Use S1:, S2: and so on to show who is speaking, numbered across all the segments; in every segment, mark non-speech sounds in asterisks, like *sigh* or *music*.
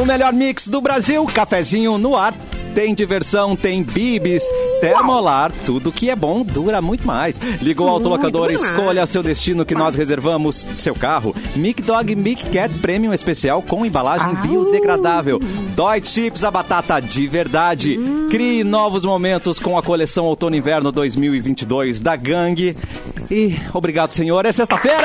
S1: O melhor mix do Brasil, cafezinho no ar. Tem diversão, tem bibis, termolar, tudo que é bom dura muito mais. Ligou o autolocador,
S2: mais.
S1: escolha seu destino que nós reservamos, seu carro. Mic Dog Mic Cat Premium Especial com embalagem biodegradável. Dói Chips, a batata de verdade. Crie novos momentos com a coleção Outono e Inverno 2022 da Gangue. E obrigado, senhor. É sexta-feira!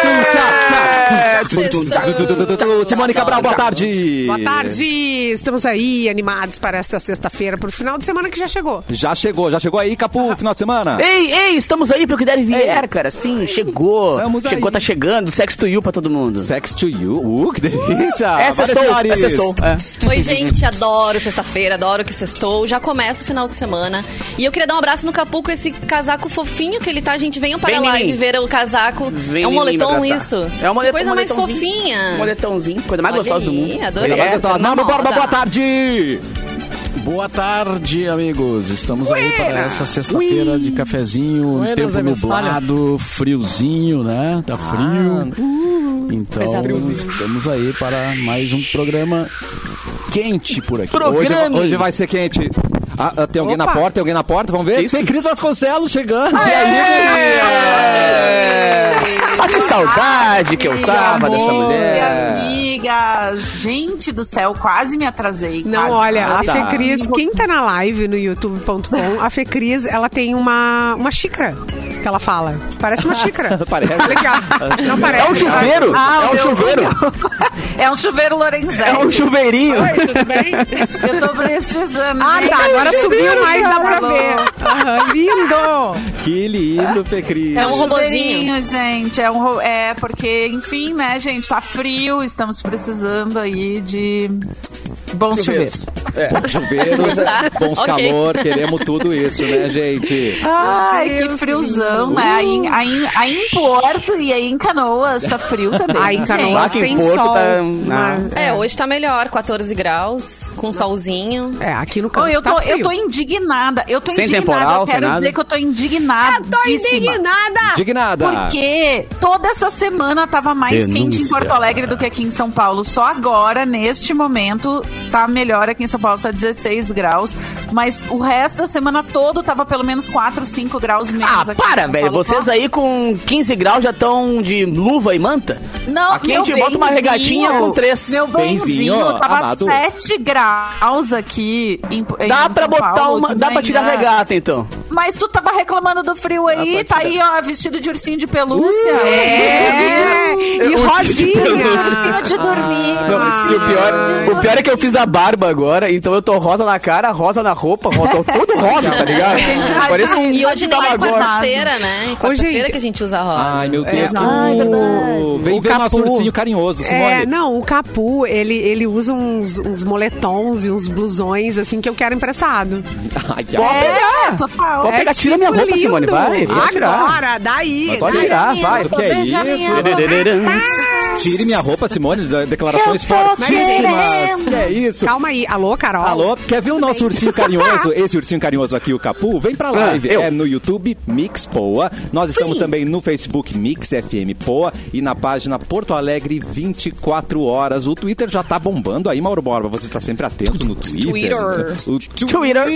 S1: Tum, tchá, tchá. Tum, tum, tum, tum, tum, tum. Simone Cabral, boa tarde!
S2: Boa tarde! Estamos aí animados para essa sexta-feira, para o final de semana que já chegou.
S1: Já chegou, já chegou aí, Capu, final de semana?
S3: Ei, ei, estamos aí pro que der e vier, cara. Sim, chegou.
S1: Estamos
S3: chegou,
S1: aí.
S3: tá chegando. Sex to you pra todo mundo.
S1: Sex to you. Uh, que delícia!
S3: É sextou,
S1: Várias
S3: é
S1: senhores.
S3: sextou. É.
S4: Oi, gente, adoro sexta-feira, adoro que sextou. Já começa o final de semana. E eu queria dar um abraço no Capu com esse casaco fofinho que ele tá. Gente, venham para
S3: Vem,
S4: a live
S3: neném.
S4: ver o casaco.
S3: Vem,
S4: é um
S3: menino,
S4: moletom
S3: abraçar.
S4: isso.
S3: É um
S4: Que
S3: moletom.
S4: coisa mais
S3: moletomzinho. Um
S4: fofinha.
S3: moletomzinho, coisa mais
S4: Olha
S3: gostosa do
S4: aí,
S3: mundo.
S4: adorei.
S3: Coisa mais
S4: Essa
S1: Agora tá.
S3: gostosa.
S4: tá na
S1: Nando Borba,
S4: moda.
S1: boa tarde!
S5: Boa tarde, amigos. Estamos aí para essa sexta-feira de cafezinho, um tempo nublado, friozinho, né?
S2: Ah.
S5: Tá frio.
S2: Uh,
S5: Então, estamos aí para mais um programa quente por aqui.
S3: Pro-
S1: Hoje,
S3: Grande.
S1: hoje vai ser quente. Ah, ah, tem alguém na
S2: Opa.
S1: porta, tem alguém na porta, vamos ver.
S3: Que isso?
S1: Tem Cris Vasconcelos chegando. E aí,
S3: É. Mas que saudade que eu tava dessa
S6: Amigos e
S3: mulher.
S6: amigas. Gente do céu, quase me atrasei.
S2: Não,
S6: quase.
S2: olha, a
S1: tá.
S2: Fecris, quem tá na live no youtube.com, a Fecris, ela tem uma, uma xícara que ela fala. Parece
S1: *laughs*
S2: uma xícara.
S1: Parece. Tá
S2: Olha aqui, ó. Não parece.
S3: É um chuveiro?
S2: Ah,
S3: é um
S2: meu-
S3: chuveiro?
S6: É um chuveiro Lorenzetti.
S3: É um chuveirinho?
S2: Oi, tudo bem?
S6: Eu tô precisando.
S2: Ah,
S6: gente.
S2: tá. Agora subiu mais, dá pra
S6: Alô.
S2: ver. Aham, lindo!
S1: Que lindo, Fê Cris.
S4: É um robozinho.
S6: chuveirinho, gente. É, um, ro- é porque, enfim, né, gente, tá frio, estamos precisando aí de bons chuveiros.
S1: *laughs* Chuveiros, Tá um bons
S4: Ok.
S1: calor, queremos tudo isso, né, gente?
S6: Ai,
S2: Meu Deus,
S6: que
S2: que
S6: friozão,
S2: lindo.
S6: né? Aí, em- aí, em- aí em Porto e aí em Canoas tá frio também.
S2: Aí,
S6: gente.
S2: Ah, Canoas
S3: Lá em
S2: tem
S3: Porto
S2: sol.
S3: tá-
S2: mas-
S4: É, hoje tá melhor, 14 graus, com solzinho.
S2: É, aqui no
S6: Ô,
S2: canto
S6: eu,
S2: tá
S6: tô,
S2: frio.
S6: eu tô indignada. Eu tô
S3: Sem
S6: indignada.
S3: temporal,
S6: eu
S3: sem
S6: quero
S3: nada.
S6: dizer que eu tô indignada.
S2: Tô
S1: Tá.
S2: indignada!
S3: Tá.
S1: Dignada.
S6: Porque toda essa semana tava mais
S5: Denúncia.
S6: quente em Porto Alegre do que aqui em São Paulo. Só agora, neste momento, tá melhor aqui em São Paulo, tá 16 graus. Mas o resto da semana todo tava pelo menos 4, 5 graus menos.
S3: Ah,
S6: aqui em
S3: para,
S6: São
S3: velho.
S6: Paulo.
S3: Vocês aí com 15 graus já estão de luva e manta?
S6: Não,
S3: Aqui a
S6: meu
S3: gente bota uma
S6: benzinho,
S3: regatinha com três.
S6: Meu benzinho,
S1: Benzinho,
S6: tava
S1: amado.
S6: 7 graus aqui em, em
S3: Dá
S6: São
S3: pra botar
S6: Paulo
S3: uma.
S6: de
S3: Dá pra tirar
S6: manhã.
S3: regata, então.
S6: Mas tu tava reclamando do frio aí,
S3: pra
S6: tá aí, ó, vestido de ursinho de pelúcia. É!
S2: E rosinha!
S6: Ursinho de dormir. Ah.
S3: Não, e o, pior, o pior é que eu fiz a barba agora, então eu tô rosa na cara, rosa na roupa, rosa, tô todo *laughs* rosa, tá ligado?
S6: Gente, tá
S3: Parece um
S4: É. E hoje nem é
S3: tamagotchi.
S4: quarta-feira, né? É Quarta-feira
S2: gente.
S4: que a gente usa rosa.
S1: Ai, meu Deus.
S2: É.
S6: Ai,
S1: Uh,
S6: verdade.
S1: Vem
S2: O
S1: ver o nosso
S2: Capu.
S1: ursinho carinhoso,
S2: É,
S1: Simone.
S2: não, o Capu, ele, ele usa uns, uns moletons e uns blusões, assim, que eu quero emprestado. tipo
S1: Ai, que
S3: Bom,
S1: amor.
S6: É, total.
S3: Pode pegar, tira minha roupa, Simone, vai, vai tirar.
S2: Agora, daí.
S3: Mas pode
S2: daí.
S3: tirar, vai.
S1: que é isso? Tire minha roupa, Simone. de- Declarações
S6: Eu tô
S1: fortíssimas.
S6: querendo.
S1: Que é isso?
S2: Calma aí. Alô, Carol?
S1: Alô, quer ver o nosso ursinho carinhoso? Esse ursinho carinhoso aqui, o Capu, vem pra live.
S3: Ah, eu.
S1: é no YouTube Mix Poa. Nós estamos também no Facebook Mix FM Poa e na página Porto Alegre 24 horas. O Twitter já tá bombando aí, Mauro Borba. Você tá sempre atento no Twitter.
S4: Twitter.
S1: O
S3: Twitter.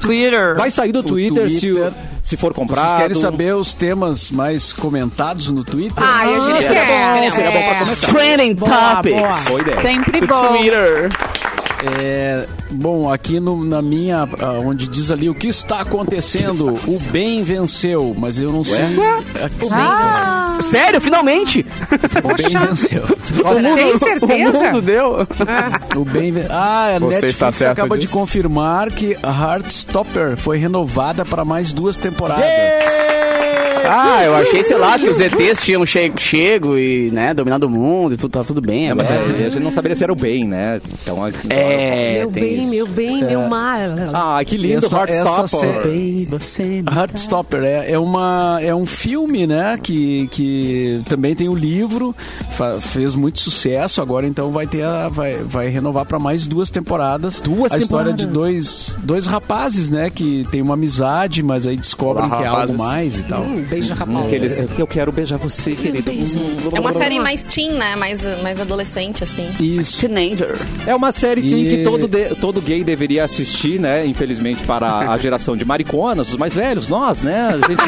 S6: Twitter.
S1: Vai sair do Twitter, se, o-
S5: Twitter.
S1: se for comprado.
S5: Vocês querem saber os temas mais comentados no Twitter?
S2: Ah, eu diria que
S4: seria
S2: é.
S4: bom, seria
S1: bom pra
S2: É.
S1: começar.
S3: Trending
S2: Boa,
S3: Topics.
S2: boa.
S1: Boa ideia.
S6: Sempre
S3: O
S6: bom.
S3: Twitter.
S5: É, bom, aqui no- na minha, ah, onde diz ali o que está acontecendo, o bem venceu, mas eu não sei. O
S3: Sério, finalmente.
S5: bem, o bem venceu.
S3: O mundo,
S2: Tem certeza?
S3: O mundo deu.
S5: O bem ven- Ah, a
S3: Você está
S5: Netflix
S3: certo
S5: acaba de
S3: disso?
S5: confirmar que a Heartstopper foi renovada para mais duas temporadas.
S3: Ah, eu achei, sei lá, que os ETs tinham che chego e, né, dominado o mundo e tudo, tá tudo bem.
S1: É,
S3: agora.
S1: mas é, a gente não saberia se era o bem, né? Então, agora-
S3: É,
S2: Meu
S3: tem
S2: bem,
S3: isso.
S2: meu bem,
S3: É.
S2: meu mal.
S1: Ah, que lindo,
S5: Essa- essa
S1: Heartstopper.
S5: série-
S3: Bem, você me-
S5: Heartstopper é, é, uma, é um filme, né? Que, que também tem o livro, fa- fez muito sucesso, agora então vai ter a, vai, vai renovar para mais duas temporadas.
S1: Duas
S5: A história
S1: temporadas.
S5: de dois, dois rapazes, né? Que tem uma amizade, mas aí descobrem
S3: Olá,
S5: que é
S3: rapazes.
S5: algo mais e tal.
S2: Hum, Beijo,
S1: Tá
S2: rapaz.
S1: Aqueles- É eu quero beijar você, querido.
S4: É uma série mais teen, né? Mais, mais adolescente, assim.
S5: Isso.
S3: Teenager.
S1: É uma série teen
S5: E-
S1: que todo, de- todo gay deveria assistir, né? Infelizmente, para a geração de mariconas, os mais velhos, nós, né? A gente,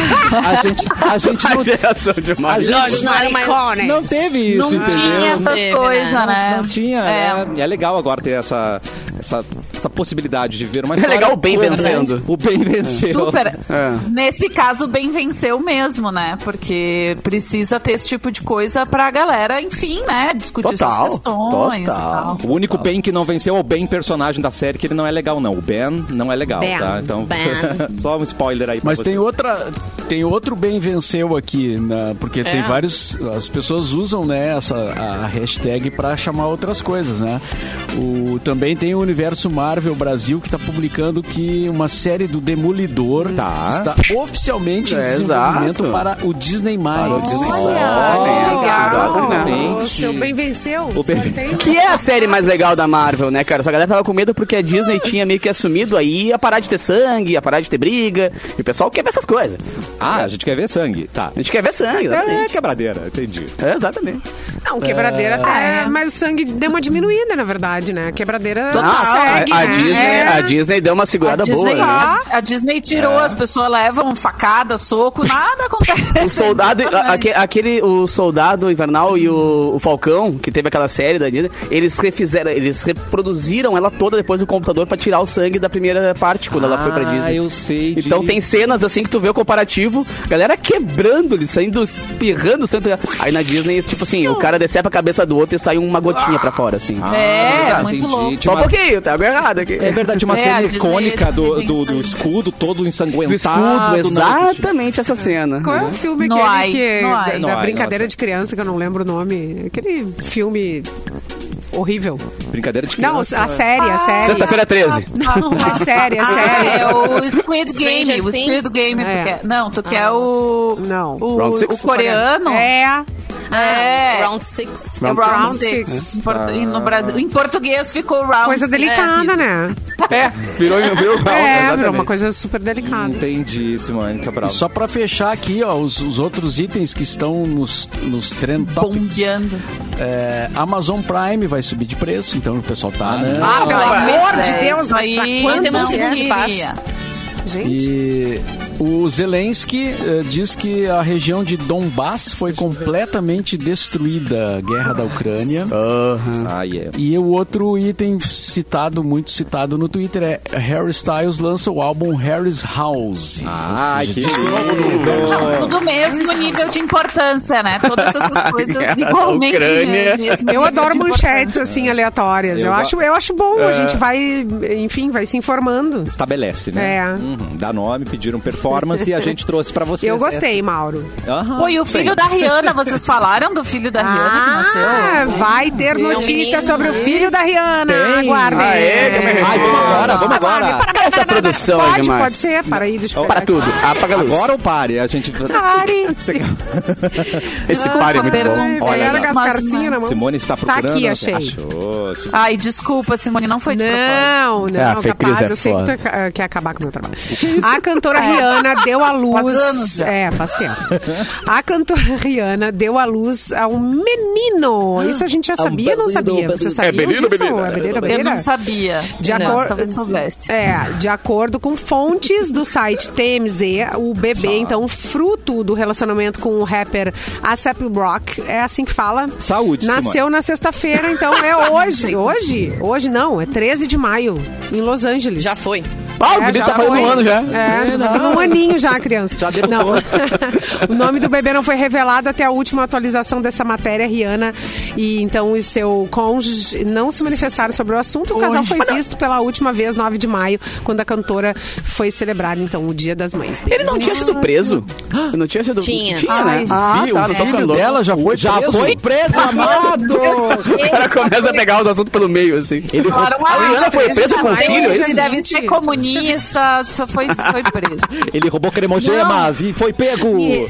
S1: a gente, a
S3: *laughs*
S1: gente
S3: Geração de
S1: A gente-
S4: Nós não era mais-
S1: não, não teve isso,
S6: Não
S1: entendeu?
S6: tinha
S4: Não
S6: essas
S4: teve,
S6: coisas,
S4: né?
S6: né?
S1: Não tinha,
S6: É.
S1: né? E é legal agora ter essa, essa, essa possibilidade de ver uma
S3: É legal
S1: história
S3: o bem
S1: toda.
S3: vencendo.
S1: O bem venceu.
S6: Super.
S3: É.
S6: Nesse caso, bem venceu mesmo, né? Porque precisa ter esse tipo de coisa pra galera, enfim, né? Discutir
S3: Total,
S6: suas questões
S3: total.
S6: e
S1: O
S5: Tá.
S1: único bem que não venceu é o bem personagem da série, que ele não é legal, não. O Ben não é legal,
S2: Ben.
S1: tá? Então,
S4: Ben.
S1: *laughs* só um spoiler aí pra
S5: Mas
S1: você.
S5: tem outra, tem outro bem venceu aqui, né? porque
S6: É.
S5: tem vários, as pessoas usam né essa a hashtag pra chamar outras coisas, né? O também tem o universo Marvel Brasil que tá publicando que uma série do Demolidor
S1: Tá.
S5: está oficialmente em
S3: É,
S5: desenvolvimento
S3: exato.
S5: para o Disney+.
S1: Olha,
S3: É,
S6: tal. legal.
S3: né?
S1: Gente.
S2: O seu bem venceu. um.
S1: O bem-
S2: sorteio.
S3: Que é a série mais legal da Marvel, né, cara? Só a galera tava com medo porque a Disney tinha meio que assumido aí a parar de ter sangue, a parar de ter briga. E o pessoal quer ver essas coisas.
S1: Ah, a gente quer ver sangue. Tá.
S3: A gente quer ver sangue,
S1: É,
S3: exatamente.
S1: é quebradeira, entendi.
S3: É, exatamente.
S2: Não, quebradeira
S3: É.
S2: até. Mas o sangue deu uma diminuída, na verdade, né? Quebradeira
S3: Ah,
S2: segue,
S3: a, a
S2: né?
S3: Disney,
S2: É.
S3: a Disney deu uma segurada
S6: A Disney,
S3: boa, né? É.
S2: né?
S6: a Disney tirou, as pessoas levam facada, soco, nada acontece.
S3: *laughs* O soldado,
S6: né?
S3: a- aque- aquele, o soldado invernal e o, o Falcão, que teve aquela série da Disney, eles refizeram, eles reproduziram ela toda depois do computador pra tirar o sangue da primeira parte quando ela foi pra
S1: Ah,
S3: Disney.
S1: eu sei
S3: Então
S1: disso.
S3: tem cenas assim que tu vê o comparativo, galera quebrando, ele saindo, espirrando, saindo... aí na Disney, tipo assim, o cara decepa a cabeça do outro e sai uma gotinha pra fora, assim.
S6: É,
S1: exato,
S6: muito louco.
S1: Tinha
S3: Só um
S1: uma-
S3: pouquinho, tá algo errado aqui.
S1: Ah, É verdade, tinha uma
S6: É, a
S1: cena
S6: Disney-
S1: icônica do,
S6: Disney
S1: do,
S6: tem
S1: do
S6: sangue.
S1: escudo todo ensanguentado.
S3: Do escudo,
S1: não existe.
S3: Tá exatamente essa cena.
S2: Qual é o
S3: né?
S2: filme
S6: No
S2: aquele
S6: Ai,
S2: que.
S6: no
S2: da-
S6: Ai.
S2: da
S1: No Ai,
S2: brincadeira
S1: nossa.
S2: de criança, que eu não lembro o nome. Aquele filme horrível.
S1: Brincadeira de
S2: Não,
S1: criança.
S2: a série, a série.
S3: é. Sexta-feira 13.
S2: Não, a série, a
S6: Ah,
S2: série.
S6: é o Squid Game.
S4: Stranger
S6: O Squid
S4: Things?
S6: Game tu
S2: É.
S6: quer. Não, tu quer o.
S2: Não.
S6: O,
S3: Round six? tá
S6: o coreano?
S2: É.
S6: É.
S4: Ah, Round Six.
S6: É o
S3: Round Ah.
S6: Round
S2: six.
S6: Six. Em portu- e No Brasil. Em português ficou Round
S2: Coisa
S6: six.
S2: delicada, né?
S3: É, virou, virou
S2: É,
S3: exatamente.
S2: virou uma coisa super delicada.
S1: Ah, Entendi, Simônica
S5: E
S1: Bravo.
S5: Só pra fechar aqui, ó, os, os outros itens que estão nos, nos trend topics.
S6: Bombeando.
S5: É, Amazon Prime vai subir de preço, então o pessoal tá, né?
S2: Ah, pelo amor de Deus,
S6: é isso
S2: mas pra é?
S6: aí
S2: quando?
S4: Tem um segundo de paz.
S6: iria.
S2: Gente,
S5: E o Zelensky eh, diz que a região de Donbass foi completamente destruída, guerra da Ucrânia.
S1: Ah, yeah.
S5: E o outro item citado, muito citado no Twitter é Harry Styles lança o álbum Harry's House.
S1: Ai, que lindo.
S5: *laughs*
S2: É.
S6: Tudo mesmo nível de importância, né?
S3: *laughs*
S6: Todas essas coisas
S3: guerra
S6: igualmente.
S3: da Ah, Ucrânia.
S6: né? Mesmo
S2: eu
S6: nível
S2: adoro
S6: de
S2: manchetes
S3: É.
S2: assim aleatórias.
S1: Eu
S2: Eu,
S1: go-
S2: acho, eu acho bom, a gente vai, enfim, vai se informando.
S1: Estabelece, né?
S2: É.
S1: Uhum, dá nome, pediram performance e a gente trouxe pra vocês.
S2: Eu gostei, Mauro.
S1: Aham.
S6: Pô, e o filho da Rihanna, vocês falaram do filho da Rihanna que
S2: Ah,
S6: nasceu?
S2: vai ter notícia
S4: menino,
S2: sobre o
S4: né?
S2: filho da Rihanna.
S1: Tem.
S2: Aguardem.
S3: Aê, que me
S1: Ai, vamos agora, vamos agora.
S3: Essa produção é
S2: pode,
S3: demais.
S2: pode ser. Para aí, deixa eu
S3: Para
S2: pegar.
S3: tudo, apaga a luz.
S1: Agora ou pare? A gente.
S3: *laughs* Esse pare é muito bom.
S6: pergunta.
S1: Olha,
S2: Pegaram
S1: não.
S2: as carcinhas na mão.
S1: Simone está procurando.
S2: Tá aqui,
S1: né?
S2: achei.
S1: Achou.
S6: Ai, desculpa, Simone, não foi de propósito.
S2: Não,
S3: É, a
S2: não,
S3: Fê
S2: capaz.
S3: Cris é
S2: eu sei que
S3: foda.
S2: tu eh, quer acabar com o meu
S3: *laughs*
S2: trabalho. A cantora Rihanna deu à luz.
S6: Faz anos já.
S2: É, faz tempo. A cantora Rihanna deu à luz a um menino. Isso a gente
S6: um
S2: já sabia ou não sabia? Você sabia? É menino, menino. É menino,
S6: Eu
S2: menino.
S6: não sabia.
S2: De
S6: Não,
S4: tá
S2: acordo-
S6: Talvez soubesse.
S2: É, de acordo com fontes do site TMZ, o bebê, então, fruto do relacionamento com o rapper A$AP Rock, é assim que fala.
S1: Saúde,
S2: Nasceu
S1: Simone.
S2: na sexta-feira, então é
S4: *laughs*
S2: hoje. hoje? Hoje não, é 13 de maio, em Los Angeles.
S4: Já foi.
S3: Ah, o
S2: É,
S3: menino tá fazendo
S2: foi.
S3: um ano já.
S2: É, já tá fazendo um aninho já a criança.
S1: Já deu
S2: Não.
S1: dor.
S2: *laughs* o nome do bebê não foi revelado até a última atualização dessa matéria, Rihanna. E então o seu cônjuge não se manifestaram sobre o assunto. O casal foi visto pela última vez, 9 de maio, quando a cantora foi celebrar, então, o Dia das Mães.
S3: Ele não tinha sido preso. Ele Não tinha sido
S4: Tinha.
S3: né?
S6: Ai,
S3: Ah,
S5: E
S3: tá, não
S5: o
S3: tô
S5: filho
S3: falando.
S5: dela já foi
S1: Já
S5: preso?
S1: foi preso, amado!
S3: O cara começa a pegar os assuntos pelo meio, assim.
S6: Falaram,
S3: A
S6: ah,
S3: Rihanna foi
S6: eles
S3: presa com
S6: também
S3: filho, é isso?
S6: devem ser
S2: Gente,
S6: comunistas, só foi, foi preso.
S1: Ele roubou cremogemas e foi pego.
S6: E,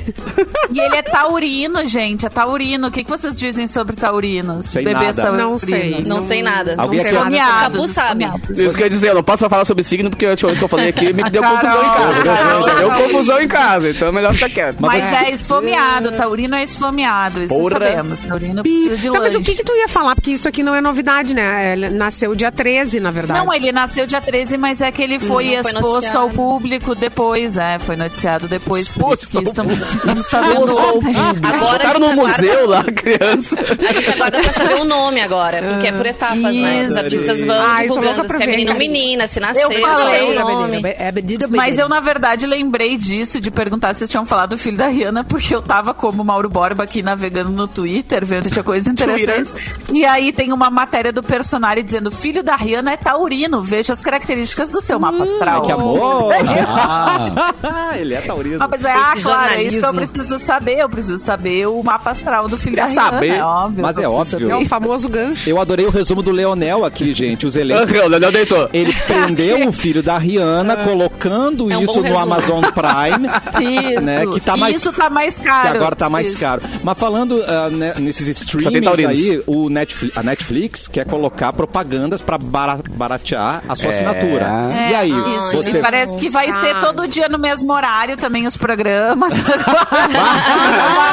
S6: e ele é taurino, gente. É taurino. O que, que vocês dizem sobre taurinos?
S1: Sei
S6: Bebês
S1: nada.
S6: taurinos.
S2: Não sei.
S4: Não sei nada.
S1: Alguém
S2: sei
S1: aqui, ó.
S2: nada.
S4: O Capu sabe.
S3: Isso que eu ia dizer, eu não posso falar sobre signo, porque a última vez que eu falei aqui me deu
S6: Carol,
S3: confusão em casa.
S6: Carol,
S3: Deu- Deu
S6: Carol.
S3: confusão em casa, então é melhor ficar quieto.
S6: Mas é esfomeado, taurino é esfomeado, isso
S3: Porra.
S6: sabemos. Taurino
S2: Pi.
S6: precisa de
S2: Tá, mas
S6: lanche.
S2: o que que tu ia falar? Porque isso aqui não é novidade, né? Ele nasceu dia 13, na verdade.
S6: Não, é ele nasceu dia 13, mas é que ele foi
S4: Não, foi
S6: exposto
S4: noticiado.
S6: ao público depois, é, foi noticiado depois, por isso que
S3: Exposto ao
S6: estamos *laughs* sabendo ontem.
S4: Agora a
S3: Botaram
S4: gente
S3: no
S4: aguarda-
S3: museu lá, a criança.
S4: *laughs* A gente aguarda pra saber o nome agora, porque é por etapas, né? Os
S6: Isso.
S4: artistas vão
S2: Ai, tô louca
S4: divulgando
S2: pra
S4: se é
S2: ver,
S4: menino ou
S2: Karine.
S4: menina, se nasceu,
S6: Eu
S4: qual é
S6: falei.
S4: o
S7: Menina,
S4: nome.
S7: menina, É medida
S6: Mas
S7: menina.
S6: eu, na verdade, lembrei disso, de perguntar se vocês tinham falado do filho da Rihanna, porque eu tava como Mauro Borba aqui navegando no Twitter, vendo se tinha coisas interessantes. E aí tem uma matéria do personagem dizendo: filho da Rihanna é taurino, veja as características do seu mapa astral.
S1: é Que amor!
S5: Ah,
S1: *laughs* Ele é taurino.
S6: Ah, mas é, ah,
S4: Esse
S6: claro, é isso que eu
S4: jornalismo.
S6: preciso saber. Eu preciso saber o mapa astral do filho
S3: Queria
S6: da Rihanna,
S3: saber.
S6: é óbvio.
S1: Mas
S6: que
S1: é
S6: eu preciso
S1: óbvio.
S2: É o famoso gancho.
S1: Eu adorei o resumo do Leonel aqui, gente. Os eleitos.
S3: O Daniel deitou.
S1: Ele prendeu o filho da Rihanna, colocando
S4: É um bom
S1: isso no
S4: resumo.
S1: Amazon Prime.
S6: Isso,
S1: né, que tá mais
S6: isso tá mais
S1: que
S6: caro.
S1: agora tá mais
S6: Isso.
S1: caro. Mas falando ah, né, nesses streamings
S3: taurinos.
S1: aí, o Netflix, a Netflix quer colocar propagandas pra bara- baratear a sua assinatura.
S6: É.
S1: E aí,
S4: isso.
S6: E
S1: você...
S6: Ah, parece que vai ser todo dia no mesmo horário também
S1: *laughs*
S6: os programas.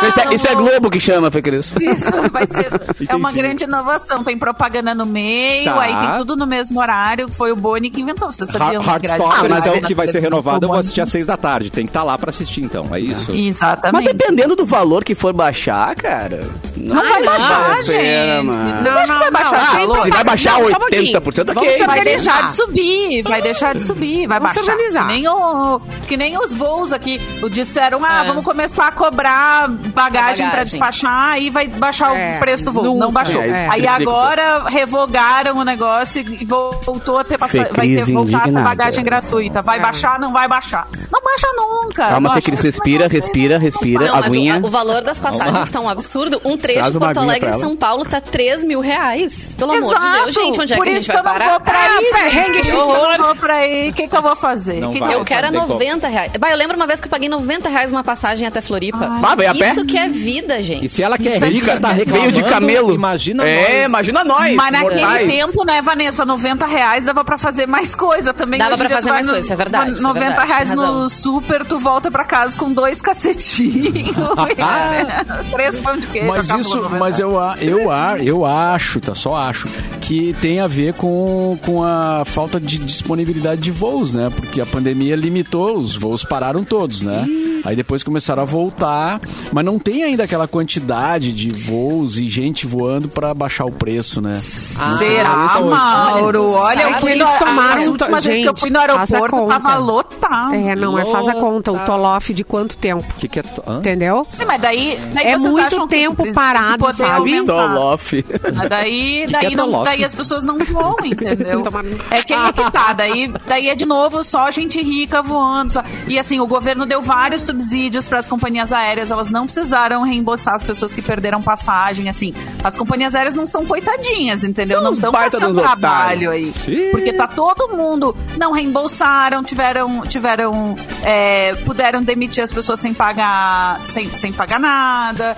S3: Isso é, isso é Globo que chama, foi Cris.
S6: Isso vai ser. É uma
S1: Entendi.
S6: grande inovação. Tem propaganda no meio,
S1: Tá.
S6: aí tem tudo no mesmo horário. Foi o Boni que inventou, você sabia?
S1: Hard- Hardstopper, então, que vai ser renovado, eu
S6: é?
S1: vou assistir às seis da tarde. Tem que estar lá pra assistir, então. É isso?
S3: Mas
S6: Exatamente.
S3: dependendo do valor que for baixar, cara. Não
S6: vai baixar,
S3: vale a pena,
S6: gente.
S3: mano.
S2: Não, não, não.
S3: Ah,
S2: sem
S3: se vai
S2: propaganda.
S3: baixar
S2: Não, só um pouquinho.
S3: 80%,
S2: Vamos
S3: ok.
S2: se
S6: Vai deixar
S2: organizar.
S6: de subir, vai deixar de subir, vai
S2: Vamos se
S6: baixar.
S2: organizar.
S6: Que nem, o, que nem os voos aqui o disseram, ah,
S4: É.
S6: vamos começar a cobrar bagagem
S4: A bagagem.
S6: para despachar e vai baixar
S2: É,
S6: o preço do voo.
S2: nunca.
S6: Não baixou.
S3: É,
S6: Aí
S3: é.
S6: agora revogaram o negócio e voltou a ter passa-
S3: Fê
S6: vai ter
S3: Cris
S6: voltado a
S3: indignada.
S6: bagagem gratuita. Vai
S2: É.
S6: baixar, não vai baixar. Não baixa nunca.
S3: Calma,
S6: Não
S3: Fê
S6: acha
S3: Cris,
S6: esse
S3: respira,
S6: negócio aí,
S3: respira,
S6: não- não
S3: respira.
S6: vai.
S4: Não, mas
S3: Aguinha.
S4: o, o valor das passagens tá um absurdo. Um trecho
S3: Traz
S4: de
S3: uma
S4: Porto
S3: aguinha
S4: Alegre
S3: pra
S4: e
S3: ela.
S4: São Paulo tá 3 mil reais. Pelo amor de
S6: Exato.
S4: Deus, gente, onde é
S6: Por
S4: que a gente
S6: isso
S4: vai
S6: eu não
S4: parar?
S6: vou
S2: É,
S6: pra isso.
S2: perrengue,
S6: gente. Eu não vou pra ir. O que, que eu vou fazer?
S1: Não
S6: Que que
S1: vai.
S6: eu
S4: Eu
S6: vou
S4: quero
S1: não
S4: é
S1: tem como.
S4: 90 reais. Bah, eu lembro uma vez que eu paguei 90 reais uma passagem até Floripa.
S3: Bah, veio a pé?
S4: Isso que é vida, gente.
S1: E se ela quer
S6: Isso é
S1: rica,
S6: difícil,
S1: tá
S6: né?
S1: reclamando,
S3: Veio de camelo.
S1: imagina
S3: É,
S1: nós.
S3: imagina nós.
S6: Mas naquele
S3: mortais.
S6: tempo, né, Vanessa, 90 reais dava pra fazer mais coisa também.
S4: Dava
S6: Hoje em
S4: pra
S6: dia tu
S4: fazer
S6: vai
S4: mais
S6: no-
S4: coisa, isso é verdade,
S6: no-
S4: isso é
S6: 90
S4: verdade,
S6: reais
S4: tem
S6: no
S4: razão.
S6: super, tu volta pra casa com dois cacetinhos.
S5: *laughs*
S6: *laughs* né? Três pão de queijo.
S5: Mas
S6: acabou,
S5: isso,
S6: 90.
S5: mas eu, a- eu, a- eu acho, tá? Só acho, que tem a ver com, com a falta de disponibilidade de voos, né? Porque a pandemia limitou, os voos pararam todos, né? Aí depois começaram a voltar, mas não tem ainda aquela quantidade de voos e gente voando pra baixar o preço, né?
S6: Será,
S1: isso hoje.
S6: Mauro? Olha, eu
S4: Ah. sabe
S6: fui
S4: que
S6: no,
S2: eles
S6: a,
S2: tomaram-
S6: a última vez que eu
S2: Gente,
S6: fui no
S2: faça
S6: aeroporto,
S2: conta.
S6: tava lotado.
S2: É, não, é faz a conta. O Tolof de quanto tempo?
S1: O que, que é. to- hã?
S2: Entendeu?
S6: Sim, mas daí, daí
S2: É
S6: vocês
S2: muito
S6: acham que
S2: tempo
S6: precisa de
S2: parado,
S6: poder
S2: sabe?
S6: aumentar.
S5: Então,
S3: Tolof.
S6: Ah, Daí,
S1: que
S6: daí,
S1: é
S6: não-
S1: Tolof?
S6: daí as pessoas não vão, entendeu?
S2: Tomar no-
S6: É quem é
S2: *laughs*
S6: que tá. Daí, daí é de novo só gente rica voando. só- E assim, o governo deu vários subsídios para as companhias aéreas. Elas não precisaram reembolsar as pessoas que perderam passagem. Assim, as companhias aéreas não são coitadinhas, entendeu?
S3: São
S6: não
S3: uns
S6: estão
S3: baita
S6: passando
S3: dos otários.
S6: trabalho aí.
S1: Sim.
S6: Porque tá todo mundo. Não reembolsaram, tiveram. tiveram é, puderam demitir as pessoas sem pagar, sem, sem pagar nada,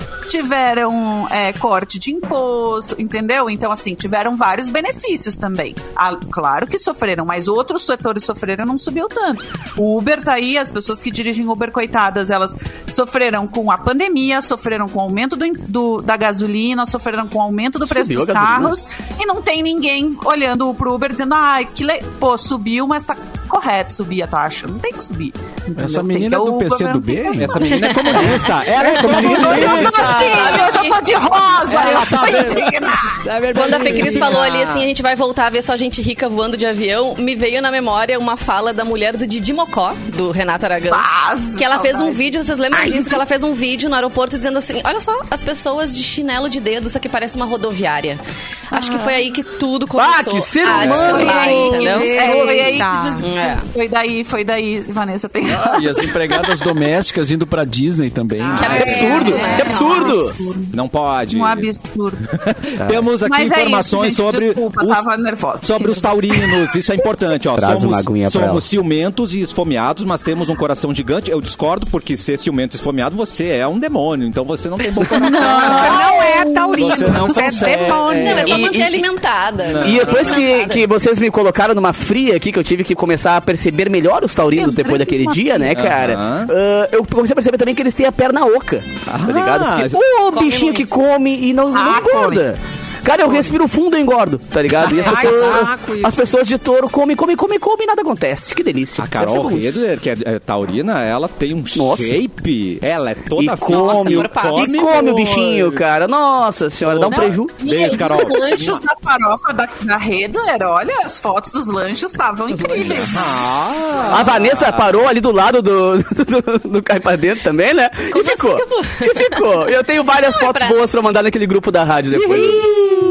S6: tiveram é, corte de imposto, entendeu? Então, assim, tiveram vários benefícios também. Ah, claro que sofreram, mas outros setores sofreram não subiu tanto. O Uber tá aí, as pessoas que dirigem Uber, coitadas, elas sofreram com a pandemia, sofreram com o aumento do, im- do- da gasolina, sofreram com o aumento do preço
S3: Subiu a
S6: dos
S3: gasolina?
S6: carros e não tem ninguém olhando pro Uber dizendo, ah, que le... pô, subiu, mas tá correto subir a taxa. Não tem que subir. entendeu?
S5: Essa
S6: Tem
S5: menina
S6: que
S5: do
S6: o
S5: PC do B?
S6: governo tem que-
S5: Essa
S1: Menina é
S6: *laughs*
S1: comunista. Ela é
S6: Eu tô
S1: comunista.
S6: assim, eu já tô de rosa, eu tô indignada.
S4: Quando a Fê Cris falou ali assim, a gente vai voltar a ver só gente rica voando de avião, me veio na memória uma fala da mulher do Didi Mocó, do Renato Aragão.
S6: Mas,
S4: Que ela fez um
S6: saudade.
S4: vídeo, vocês lembram disso? Que ela fez um vídeo no aeroporto dizendo assim: olha só, as pessoas de chinelo de dedo, isso aqui parece uma rodoviária. Acho que foi aí que tudo
S3: Ah,
S4: começou.
S3: que ser
S4: a
S3: humano!
S4: descambar, entendeu?
S6: É, foi aí que des-
S4: É.
S6: Foi daí, foi daí, Vanessa tem.
S1: Ah,
S6: *laughs*
S5: E as empregadas domésticas indo pra Disney também.
S6: Ah.
S5: né?
S3: Que absurdo!
S4: É.
S3: Que absurdo!
S1: Não pode.
S6: Um absurdo.
S1: Temos aqui
S6: Mas é
S1: informações
S6: isso, gente,
S1: sobre
S6: desculpa,
S1: os,
S6: tava nervosa.
S1: sobre os taurinos. Isso é importante, ó.
S7: Traz
S1: somos
S7: uma aguinha pra
S1: somos
S7: ela.
S1: ciumentos e esfomeados, mas temos um coração gigante. Eu discordo porque ser ciumento e esfomeado você é um demônio, então você não tem
S3: *laughs*
S1: bom coração.
S2: Você não é taurino,
S1: Você não
S2: você é
S1: consegue.
S2: demônio.
S4: Não, é só
S3: E-
S4: manter
S3: e-
S4: alimentada. né?
S3: E depois que, que vocês me colocaram numa fria aqui, que eu tive que começar a perceber melhor os taurinos
S6: Lembrei
S3: depois daquele
S6: de uma
S3: dia, né, cara?
S1: Aham.
S3: Ah, eu comecei a perceber também que eles têm a perna oca, tá
S1: Ah,
S3: ligado? Porque o
S4: Come
S3: bichinho
S4: muito.
S3: que come e não, não
S6: Ah,
S3: engorda. Cara, eu respiro fundo e engordo, tá ligado? E as
S2: Ai, que
S3: pessoas,
S2: saco isso.
S3: as pessoas de touro comem, comem, comem, comem e nada acontece. Que delícia.
S1: A
S3: Deve
S1: Carol
S3: ser bom isso.
S1: Redler, que é é taurina, ela tem um
S3: Nossa.
S1: shape. Ela é toda
S3: E come,
S4: o-
S3: E come o bichinho, cara. Nossa senhora, dá um preju.
S1: Beijo, Carol.
S6: Os lanchos da farofa da, da Redler, olha, as fotos dos lanchos estavam incríveis.
S1: Ah,
S3: A Vanessa parou ali do lado do, *laughs* do, do, do Cai Pra Dentro também, né?
S4: Como
S3: e ficou.
S4: assim que eu
S3: E ficou. Eu tenho várias
S4: *laughs* Não, é
S3: fotos
S4: pra-
S3: boas pra mandar naquele grupo da rádio depois.
S4: *laughs*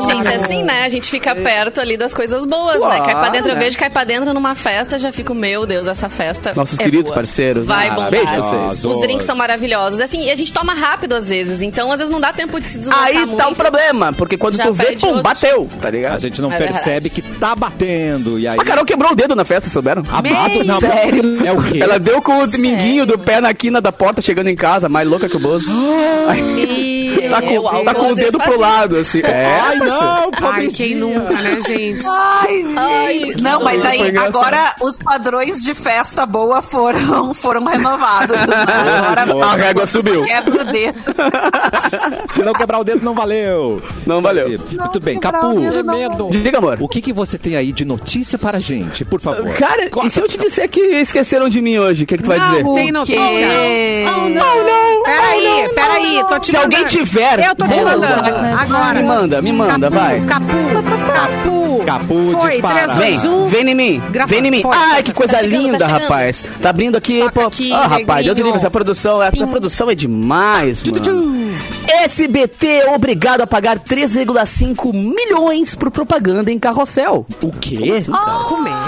S4: Gente, é assim, né? A gente fica perto ali das coisas boas, né?
S3: Claro,
S4: Cai pra dentro, eu
S3: né?
S4: vejo cai pra dentro numa festa, já fico, meu Deus, essa festa.
S3: Nossos
S4: é
S3: queridos
S4: boa.
S3: parceiros.
S4: Vai
S3: né?
S4: bombar.
S3: Beijo pra vocês.
S4: Os drinks são maravilhosos. Assim, e a gente toma rápido às vezes, então às vezes não dá tempo de se deslocar
S3: Aí
S4: muito.
S3: tá um problema, porque quando
S4: Já
S3: tu vê,
S4: perde
S3: pum,
S4: outro.
S3: bateu, tá ligado?
S1: A gente não
S4: É verdade.
S1: percebe que tá batendo. E aí.
S3: A Carol quebrou o dedo na festa, souberam?
S1: Amado, não, sério? É o quê?
S3: Ela deu com o minguinho do pé na quina da porta chegando em casa, mais louca que o Bozo. Ah, Aí, tá
S4: Meu,
S3: com, tá com
S4: álcool
S3: o
S4: às vezes
S3: dedo pro
S4: faz
S3: lado, assim. É,
S1: Ai, não,
S2: Ai, quem
S1: pobrezinha.
S2: nunca, né, gente?
S6: Ai, gente. não,
S3: doido.
S6: mas
S3: Foi
S6: aí
S3: engraçado.
S6: agora os padrões de festa boa foram, foram renovados. Agora é
S3: a régua subiu.
S6: quebra o dedo.
S1: Se não quebrar o dedo, não valeu.
S3: Não valeu.
S1: Muito bem,
S6: quebrar
S1: Capu.
S6: o dedo não
S3: Diga, amor.
S1: O que, que você tem aí de notícia para a gente, por favor?
S3: Cara, e
S2: é
S3: se eu te disser que esqueceram de mim hoje, o que, que tu vai dizer?
S2: Não, tem
S6: Que-
S2: notícia. Peraí, peraí, tô te
S3: Se alguém
S2: mandando.
S3: tiver,
S2: Eu tô te
S3: boa.
S2: mandando. Agora.
S3: Me manda, me manda, vai.
S2: Capu, capu.
S1: Capu,
S2: Foi, um.
S1: dispara.
S2: 3,
S3: Vem,
S2: 2, 1.
S3: vem em mim,
S2: Gravando.
S3: vem em mim.
S2: Foi.
S3: Ai, que coisa
S4: Tá chegando,
S3: linda,
S4: tá chegando.
S3: rapaz. Tá abrindo aqui,
S2: Toca
S3: pô.
S2: aqui,
S3: Ah, rapaz,
S2: negrinho.
S3: Deus me livre, essa produção, essa produção é demais, mano. SBT é obrigado a pagar 3,5 milhões por propaganda em carrossel. assim, O quê?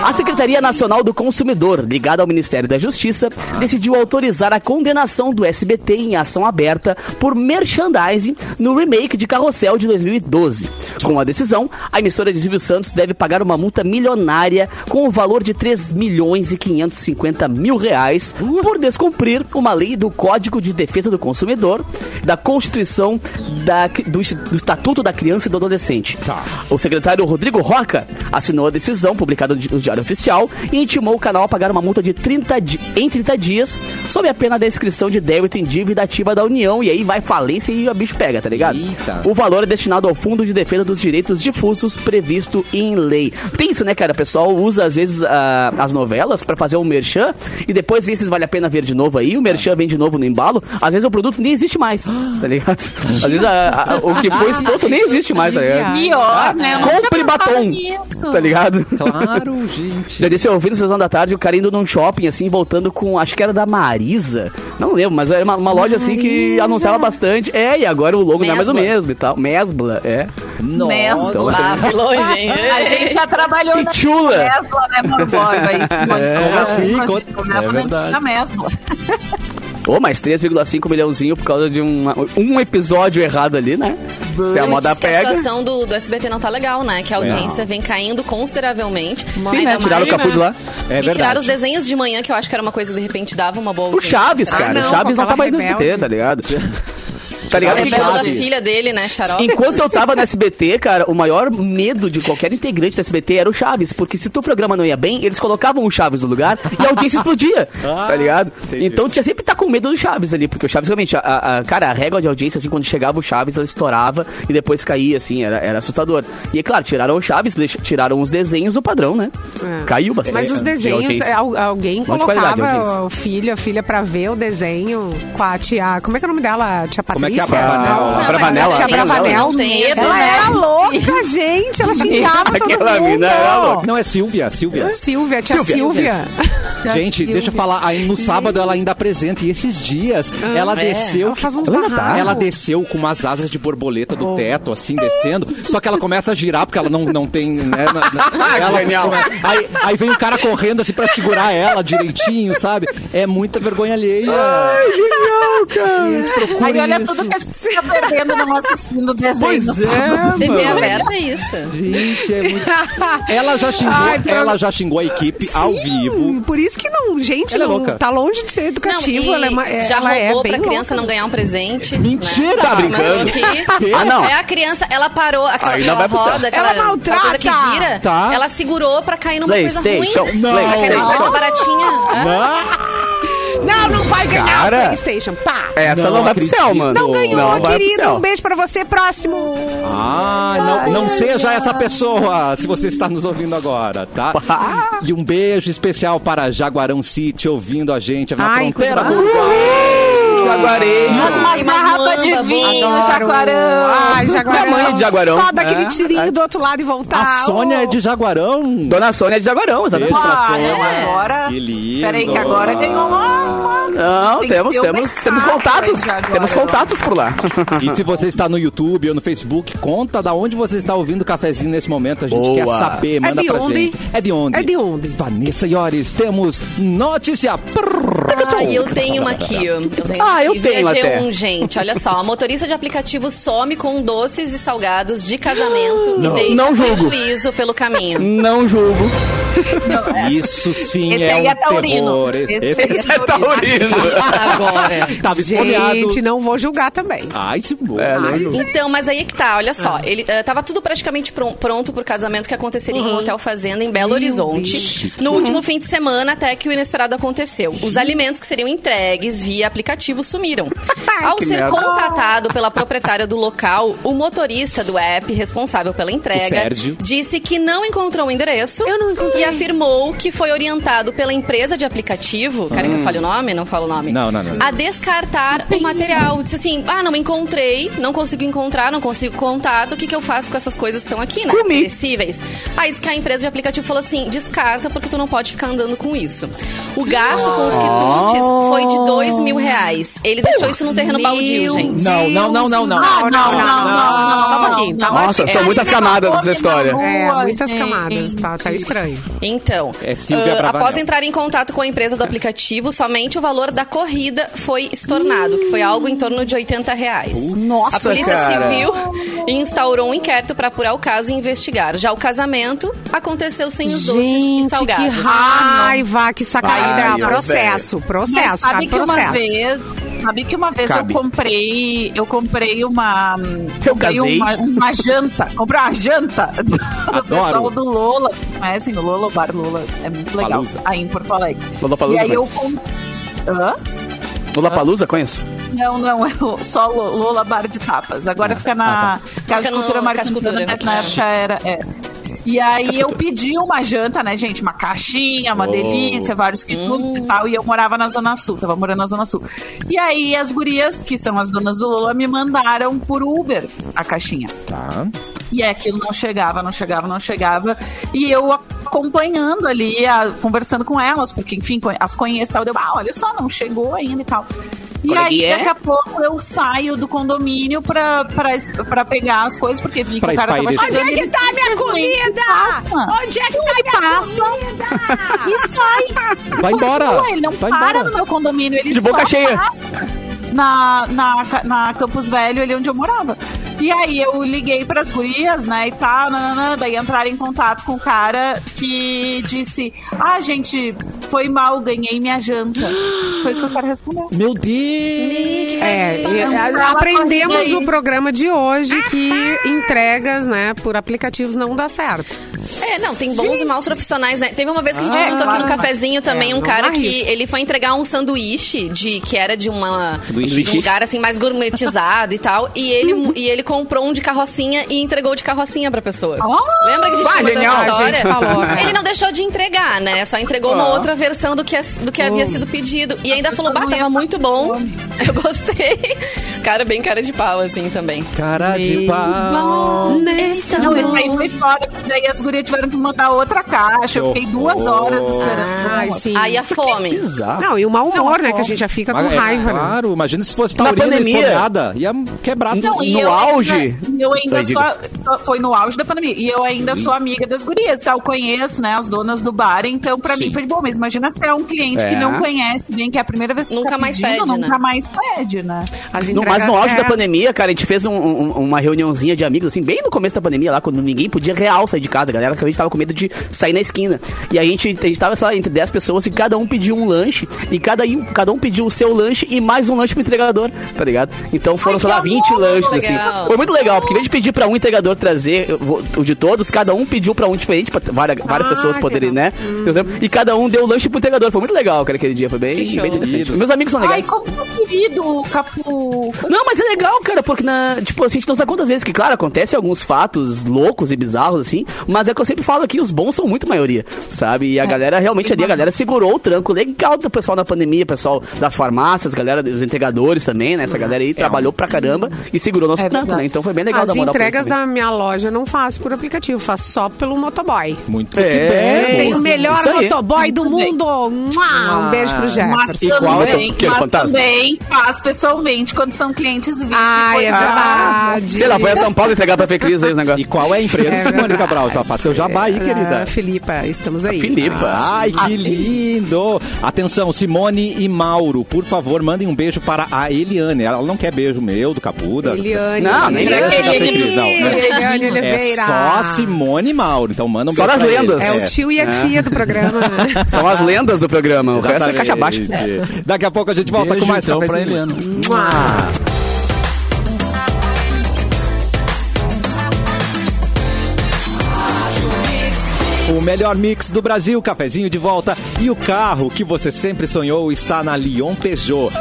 S3: A Secretaria Nacional do Consumidor, ligada ao Ministério da Justiça, decidiu autorizar a condenação do SBT em ação aberta por merchandising no remake de Carrossel de 2012. Com a decisão, a emissora de Silvio Santos deve pagar uma multa milionária com o valor de 3 milhões e 550 mil reais por descumprir uma lei do Código de Defesa do Consumidor, da Constituição da- do, Insti- do Estatuto da Criança e do Adolescente. O secretário Rodrigo Roca assinou a decisão publicada no di- no Diário Oficial e intimou o canal a pagar uma multa de 30 di- em 30 dias sob a pena da inscrição de débito em dívida ativa da União. E aí vai falência e o bicho pega, tá ligado?
S1: Eita.
S3: O valor é destinado ao Fundo de Defesa dos Direitos Difusos previsto em lei. Tem isso, né, cara? O pessoal usa, às vezes, ah, as novelas pra fazer um merchan e depois vê se vale a pena ver de novo aí. O merchan vem de novo no embalo. Às vezes o produto nem existe mais, tá ligado? Às vezes a- a- o que foi exposto nem existe mais, tá ligado?
S6: Pior, né? Eu não tinha
S3: Compre
S6: pensado
S3: batom,
S6: nisso.
S3: tá ligado? *laughs*
S1: Claro, gente.
S3: Já disse, eu ouvi no Sessão da Tarde o cara indo num shopping, assim, voltando com. Acho que era da Marisa. Não lembro, mas era uma, uma loja assim que anunciava bastante. É, e agora o logo não é mais o
S4: Mesbla.
S3: mesmo e tal. Mesbla, é.
S6: Mesmo.
S3: Então,
S1: Nossa.
S4: Ah,
S3: né? *laughs*
S4: foi longe, hein?
S6: A gente já trabalhou na
S3: Pichula.
S6: Mesbla, né, *laughs* Morboga?
S1: como assim?
S5: É verdade.
S6: Na Mesbla.
S3: Ô, mais 3,5 milhãozinho por causa de um, um episódio errado ali, né? Se a
S4: Não, e
S3: moda
S4: diz que a
S3: pega.
S4: situação do, do SBT não tá legal, né? Que a audiência vem caindo consideravelmente.
S3: Sim, né?
S4: Ainda
S3: Tiraram o
S4: mais-
S3: capuz lá.
S1: É
S4: e
S1: verdade.
S4: tiraram os desenhos de manhã, que eu acho que era uma coisa que de repente dava uma boa.
S3: O Chaves,
S4: audiência.
S6: Ah,
S3: cara.
S2: não,
S3: o Chaves não tá
S2: Papagaio
S3: mais no SBT,
S2: Rebelde.
S3: tá
S6: *laughs*
S3: ligado? Tá ligado?
S4: É
S1: Chaves.
S4: pelo da filha dele, né, Xarope?
S3: Enquanto eu tava no SBT, cara, o maior medo de qualquer integrante do SBT era o Chaves, porque se teu programa não ia bem, eles colocavam o Chaves no lugar e a audiência explodia,
S1: Ah,
S3: tá ligado? Então tinha sempre que tá com medo do Chaves ali, porque o Chaves realmente, a, a- cara, a régua de audiência, assim, quando chegava o Chaves, ela estourava e depois caía, assim, era, era assustador. E é claro, tiraram o Chaves, deix- tiraram os desenhos, o padrão, né?
S2: É.
S3: Caiu bastante.
S2: Mas os
S3: de
S2: desenhos, é
S3: audiência.
S2: al- alguém
S3: Monte de qualidade,
S2: colocava
S3: audiência.
S2: o filho, a filha pra ver o desenho com a tia. Como é que é o nome dela? Tia
S1: Como é que é
S2: Patrícia?
S1: a Bravanel?
S4: Não,
S1: lá?
S4: mas
S3: Bravanel,
S4: muita
S3: a
S2: Tia
S4: gente
S3: Bravanel.
S2: Bravanel
S4: não tem né?
S2: mesmo.
S4: esse
S2: Ela
S4: desenho.
S2: era louca, gente. Ela xingava todo
S3: Aquela mina era
S2: mundo.
S1: Não, é Silvia, Silvia.
S2: Silvia, tia Silvia.
S3: Silvia.
S2: Tá,
S1: Gente,
S6: Silvia.
S1: deixa eu falar. Aí no sábado ela ainda apresenta. E esses dias ela desceu.
S2: Ah, é. ela faz um Oh. uns
S1: ela, tá?
S2: barracos.
S1: ela desceu com umas asas de borboleta do teto, assim, descendo. Só que ela começa a girar, porque ela não, não tem. Né, na-
S2: *laughs* Ah,
S1: na- ela come- aí, aí vem um cara correndo assim pra segurar ela direitinho, sabe? É muita vergonha alheia. Ai, genial, cara. Gente, procura
S6: Aí olha
S1: isso.
S6: tudo que a gente fica perdendo não assistindo o desenho.
S1: Pois
S6: sabe?
S1: é,
S4: TV
S1: mano.
S4: aberta é isso.
S1: Gente, é muito.
S2: *laughs*
S1: Ela já xingou,
S2: Ai, pra-
S1: ela já xingou a equipe ao vivo.
S2: Por isso que não, gente,
S1: Ela é
S2: não,
S1: louca.
S2: tá longe de ser educativo.
S4: Não, e
S2: ela é, uma- é-
S4: já
S2: ela é
S4: roubou
S2: bem
S4: pra criança
S2: louca.
S4: não ganhar um presente.
S1: Mentira!
S4: né?
S1: Tá
S4: Mandou aqui.
S3: Ah, não.
S4: É a criança, ela parou aquela,
S3: Aí não vai
S4: aquela
S3: pro céu.
S4: roda, aquela,
S2: Ela maltrata.
S4: aquela coisa que gira.
S1: Tá.
S4: Ela segurou pra cair numa coisa ruim.
S3: PlayStation.
S1: Não.
S4: Pra cair numa coisa baratinha. É.
S2: Não, não vai ganhar
S3: Cara.
S2: o PlayStation. Pá!
S3: Essa não,
S1: Não
S3: vai pro céu,
S1: acredito.
S3: mano.
S2: Não ganhou,
S3: vai pro
S2: querido.
S3: céu.
S2: Um beijo pra você, próximo.
S1: Ah, não, não seja essa pessoa, se você está nos ouvindo agora, tá?
S2: Ah.
S1: E um beijo especial para Jaguarão City, ouvindo a gente na
S2: Ai,
S1: fronteira
S2: coisa
S1: uruguai.
S3: Jaguarei.
S6: Umas
S4: Ai, mas
S6: garrafas de
S4: mamba,
S6: vinho,
S4: adoro.
S6: jaguarão.
S2: Ai, Jaguarão.
S3: Minha mãe é de Jaguarão.
S2: Só daquele
S3: É.
S2: tirinho do outro lado e voltar.
S1: A Sônia
S2: Oh.
S1: é de Jaguarão.
S3: Dona Sônia é de Jaguarão, exatamente.
S1: Beijo.
S6: Ah,
S1: Sônia.
S6: não, agora.
S1: Que lindo.
S6: Peraí, que agora ganhou uma. uma-
S3: Não,
S6: tem que
S3: temos,
S6: ter um
S3: temos,
S6: mercado
S3: temos contatos.
S6: pra né? Jaguarão.
S3: Temos contatos por
S6: *laughs*
S3: lá.
S1: E se você está no YouTube ou no Facebook, conta da onde você está ouvindo o cafezinho nesse momento. A gente
S3: Boa.
S1: quer saber, manda
S2: de
S1: pra
S2: onde?
S1: gente. É de onde?
S2: É de onde?
S1: Vanessa Iores, temos notícia.
S4: Ah, eu tenho uma aqui. Eu tenho
S3: Ah,
S4: uma
S3: eu
S4: aqui.
S3: tenho
S4: VG1,
S3: até.
S4: gente. Olha só. A motorista de aplicativo some com doces e salgados de casamento e deixa
S3: não julgo.
S4: prejuízo pelo caminho.
S3: Não julgo.
S1: Isso sim
S6: Esse
S1: é
S6: aí
S1: um
S6: é taurino.
S1: terror. Esse,
S6: Esse aí
S1: esse
S6: é taurino.
S4: Agora.
S1: tava esfomeado.
S2: Gente, não vou julgar também.
S1: Ai, se bom.
S3: É, não
S1: Ai,
S3: julgo.
S4: Então, mas aí é que tá, olha só. Ele eh, tava tudo praticamente pron- pronto pro casamento que aconteceria
S1: Uhum.
S4: em um hotel fazenda em Belo Horizonte. No último fim de semana, até que o inesperado aconteceu. Os alimentos que seriam entregues via aplicativo sumiram.
S1: *laughs*
S4: Ao
S3: Que
S4: ser
S3: merda.
S4: contratado pela proprietária do local, o motorista do app responsável pela
S1: O
S4: entrega
S1: Sérgio.
S4: disse que não encontrou o endereço e afirmou que foi orientado pela empresa de aplicativo. Querem que eu fale o nome? Não falo o nome.
S1: Hum. Não, não, não.
S4: A descartar o material. Disse assim: ah, não encontrei, não consigo encontrar, não consigo contato, o que, que eu faço com essas coisas que estão aqui, né?
S3: Comi.
S4: Perecíveis. Aí diz que a empresa de aplicativo falou assim: descarta porque tu não pode ficar andando com isso. O gasto com os quitutes foi de dois mil reais. Ele deixou isso num terreno baldio, gente.
S1: Não, não, não, não, não.
S2: Ah,
S6: Não, não, não, não.
S2: Só um pouquinho, tá?
S1: É,
S3: Nossa, são muitas camadas dessa história.
S2: É,
S6: Boa,
S2: muitas
S6: gente.
S2: camadas. Tá, tá estranho.
S4: Então,
S1: É Silvia
S4: ah,
S1: Bravanel.
S4: após entrar em contato com a empresa do aplicativo, somente o valor da corrida foi estornado, que foi algo em torno de 80 reais.
S3: Nossa,
S4: a Polícia
S3: cara.
S4: Civil instaurou um inquérito para apurar o caso e investigar. Já o casamento aconteceu sem os doces e
S2: Gente, que
S4: salgados.
S2: raiva, que sacaída.
S3: Vai, ó,
S2: processo,
S6: Mas
S2: processo, cara,
S6: sabe que uma
S2: processo.
S6: vez, sabe que uma vez
S3: Cabe.
S6: eu comprei, eu comprei uma,
S3: Eu
S6: comprei
S3: casei.
S6: uma, uma janta, comprei uma janta do
S1: Adoro.
S6: pessoal do Lola, conhecem o Lola, o bar Lola, é muito legal,
S1: Palusa.
S6: aí em Porto Alegre.
S3: Lollapalooza,
S6: e aí eu
S3: mas-
S6: comprei... Hã?
S3: Lula Palusa, conheço?
S6: Não, não, é o- só Lo- Lola Bar de Tapas. Agora fica na
S4: Fica
S6: Casa de
S4: no
S6: Cultura
S4: Casa de
S6: Marquinhos,
S4: Cultura.
S6: mas na época era... é. E aí eu pedi uma janta, né, gente? Uma caixinha, uma delícia, vários quitutes e tal. E eu morava na Zona Sul, tava morando na Zona Sul. E aí as gurias, que são as donas do Lola, me mandaram por Uber a caixinha.
S1: Tá.
S6: E é, aquilo não chegava, não chegava, não chegava. E eu acompanhando ali, a- conversando com elas, porque, enfim, co- as conheço e tal. Deu, ah, olha só, não chegou ainda e tal. E
S3: Qual é
S6: aí,
S3: que é?
S6: daqui a pouco, eu saio do condomínio pra, pra, es- pra pegar as coisas, porque vi que
S1: Pra
S6: o cara tava
S1: espairecer.
S6: chegando.
S2: Onde é que tá a minha comida? Onde é que tá a minha
S6: Passa e sai.
S1: Vai embora.
S6: Continua, Ele não
S1: Vai
S6: para
S1: embora.
S6: no meu condomínio. Ele
S3: De boca
S6: só
S3: cheia.
S6: passa na, na, ca- na Campus Velho, ali onde eu morava. E aí eu liguei pras gurias, né, e tal, nananã, daí entraram em contato com o cara que disse, ah, gente, foi mal, ganhei minha janta. Foi isso que o cara respondeu.
S1: Meu Deus!
S2: É, e-
S6: Não
S2: a-
S6: fala
S2: aprendemos
S6: corrida aí.
S2: no programa de hoje que entregas, né, por aplicativos não dá certo.
S4: É, não, tem bons e maus profissionais, né? Teve uma vez que a gente
S6: Ah,
S4: comentou aqui
S6: claro,
S4: no cafezinho também
S2: é,
S4: um
S2: não
S4: cara que
S2: arrisca.
S4: ele foi entregar um sanduíche de que era de uma
S1: Sanduíche.
S4: de um lugar assim mais gourmetizado e tal, e ele e ele comprou um de carrocinha e entregou de carrocinha pra pessoa.
S6: Ah!
S4: Lembra que a gente
S3: Bah,
S4: contou
S3: genial,
S4: essa
S3: a
S4: história?
S2: gente falou, né?
S4: Ele não deixou de entregar, né? Só entregou uma
S3: Ah.
S4: outra versão do que as- do que havia sido pedido e ainda falou: "Bah, tava muito bom. *laughs* Eu gostei". Cara bem cara de pau assim também.
S1: Cara de pau.
S6: Não, esse aí foi fora, porque daí as gurias me tiveram que mandar outra caixa. Eu fiquei duas horas esperando.
S2: Ai, sim.
S4: Aí a fome.
S3: Bizarro.
S2: Não, e o mau humor, né?
S6: bom.
S2: Que a gente já fica com
S1: Mas é
S2: raiva, né?
S1: Claro, imagina se fosse
S3: Na
S1: taurina
S3: pandemia.
S1: esfomeada. Ia quebrar tudo.
S6: Não, e
S3: No
S6: eu
S3: auge?
S6: ainda- eu ainda
S3: Vai, diga. Uhum.
S6: sou- sou- foi no auge da pandemia. E eu ainda sou amiga das gurias, tá? Eu conheço, né, as donas do bar. Então, pra mim, foi de bom. Mas imagina se é um cliente
S3: É.
S6: que não conhece bem, que é a primeira vez que
S4: Nunca
S6: tá
S4: mais
S6: pedindo,
S4: pede, né?
S6: Nunca mais pede, né?
S2: As
S3: No,
S2: entregas-
S3: mas no auge
S2: é.
S3: da pandemia, cara, a gente fez um- um- uma reuniãozinha de amigos, assim, bem no começo da pandemia, lá, quando ninguém podia real sair de casa, a galera, que a gente tava com medo de sair na esquina. E a gente, a gente tava, sei lá, entre 10 pessoas e cada um pediu um lanche, e cada, um- cada um pediu o seu lanche e mais um lanche pro entregador, tá ligado? Então foram, sei lá, 20 lanches,
S4: Legal.
S3: assim. Foi muito legal, porque em vez de pedir pra um entregador trazer eu vou- o de todos, cada um pediu pra um diferente, pra várias, várias
S2: Ah,
S3: pessoas
S2: que
S3: poderem,
S2: legal.
S3: né? E cada um deu o lanche pro entregador. Foi muito legal, cara, aquele dia. Foi bem,
S4: Que show.
S3: bem interessante.
S1: Queridos.
S3: Meus amigos são
S6: Ai,
S3: legais.
S6: como tá querido, Capu.
S3: Não, mas é legal, cara, porque na, tipo, assim, a gente não sabe quantas vezes que, claro, acontecem alguns fatos loucos e bizarros, assim, mas é que eu sempre falo aqui, os bons são muito maioria, sabe? E a galera realmente ali, a galera segurou o tranco legal do pessoal na pandemia, pessoal das farmácias, galera dos entregadores também, né? Essa galera aí trabalhou pra caramba e segurou nosso
S6: É
S3: tranco,
S6: verdade.
S3: né? Então foi bem legal
S2: As
S3: da moral pra
S2: entregas
S3: eles também.
S2: da minha loja eu não faço por aplicativo, faço só pelo motoboy.
S1: Muito
S3: É,
S1: que bem.
S2: Tem o melhor
S3: Isso aí.
S2: motoboy do
S6: Muito bem.
S2: mundo. Mua! Um beijo pro
S4: É,
S2: Jefferson.
S6: Mas
S3: Igual
S6: também,
S3: eu quero
S6: mas
S3: fantasma.
S6: também faz pessoalmente quando são clientes VIP.
S2: Ai, é
S6: coisa- *laughs*
S2: verdade.
S3: Sei lá, foi a São Paulo entregar pra Fê Cris aí os
S1: E *laughs*
S3: negócios.
S1: qual é a empresa,
S2: É
S1: Simone
S2: verdade.
S1: Cabral? Já passou jabá aí, querida.
S2: Ah, Filipa, estamos aí.
S3: Filipa.
S1: Ai,
S2: Ah,
S1: que lindo! Atenção, Simone e Mauro, por favor, mandem um beijo para a Eliane. Ela não quer beijo meu, do Capuda.
S2: Ah, Eliane.
S3: Não, nem
S1: Ela chega feliz, não.
S2: Eliane Oliveira.
S1: É só Simone e Mauro, então manda um
S3: Só
S1: beijo
S3: das
S1: pra eles.
S3: lendas.
S2: É o tio e a tia do programa. né?
S3: São as lendas do programa, o resto é caixa baixa. né?
S1: Exatamente. Daqui a pouco a gente volta
S5: Beijo,
S1: com mais
S5: então, pra
S1: cafezinho.
S5: Eliana.
S1: O melhor mix do Brasil, cafezinho de volta e o carro que você sempre sonhou está na Lyon Peugeot.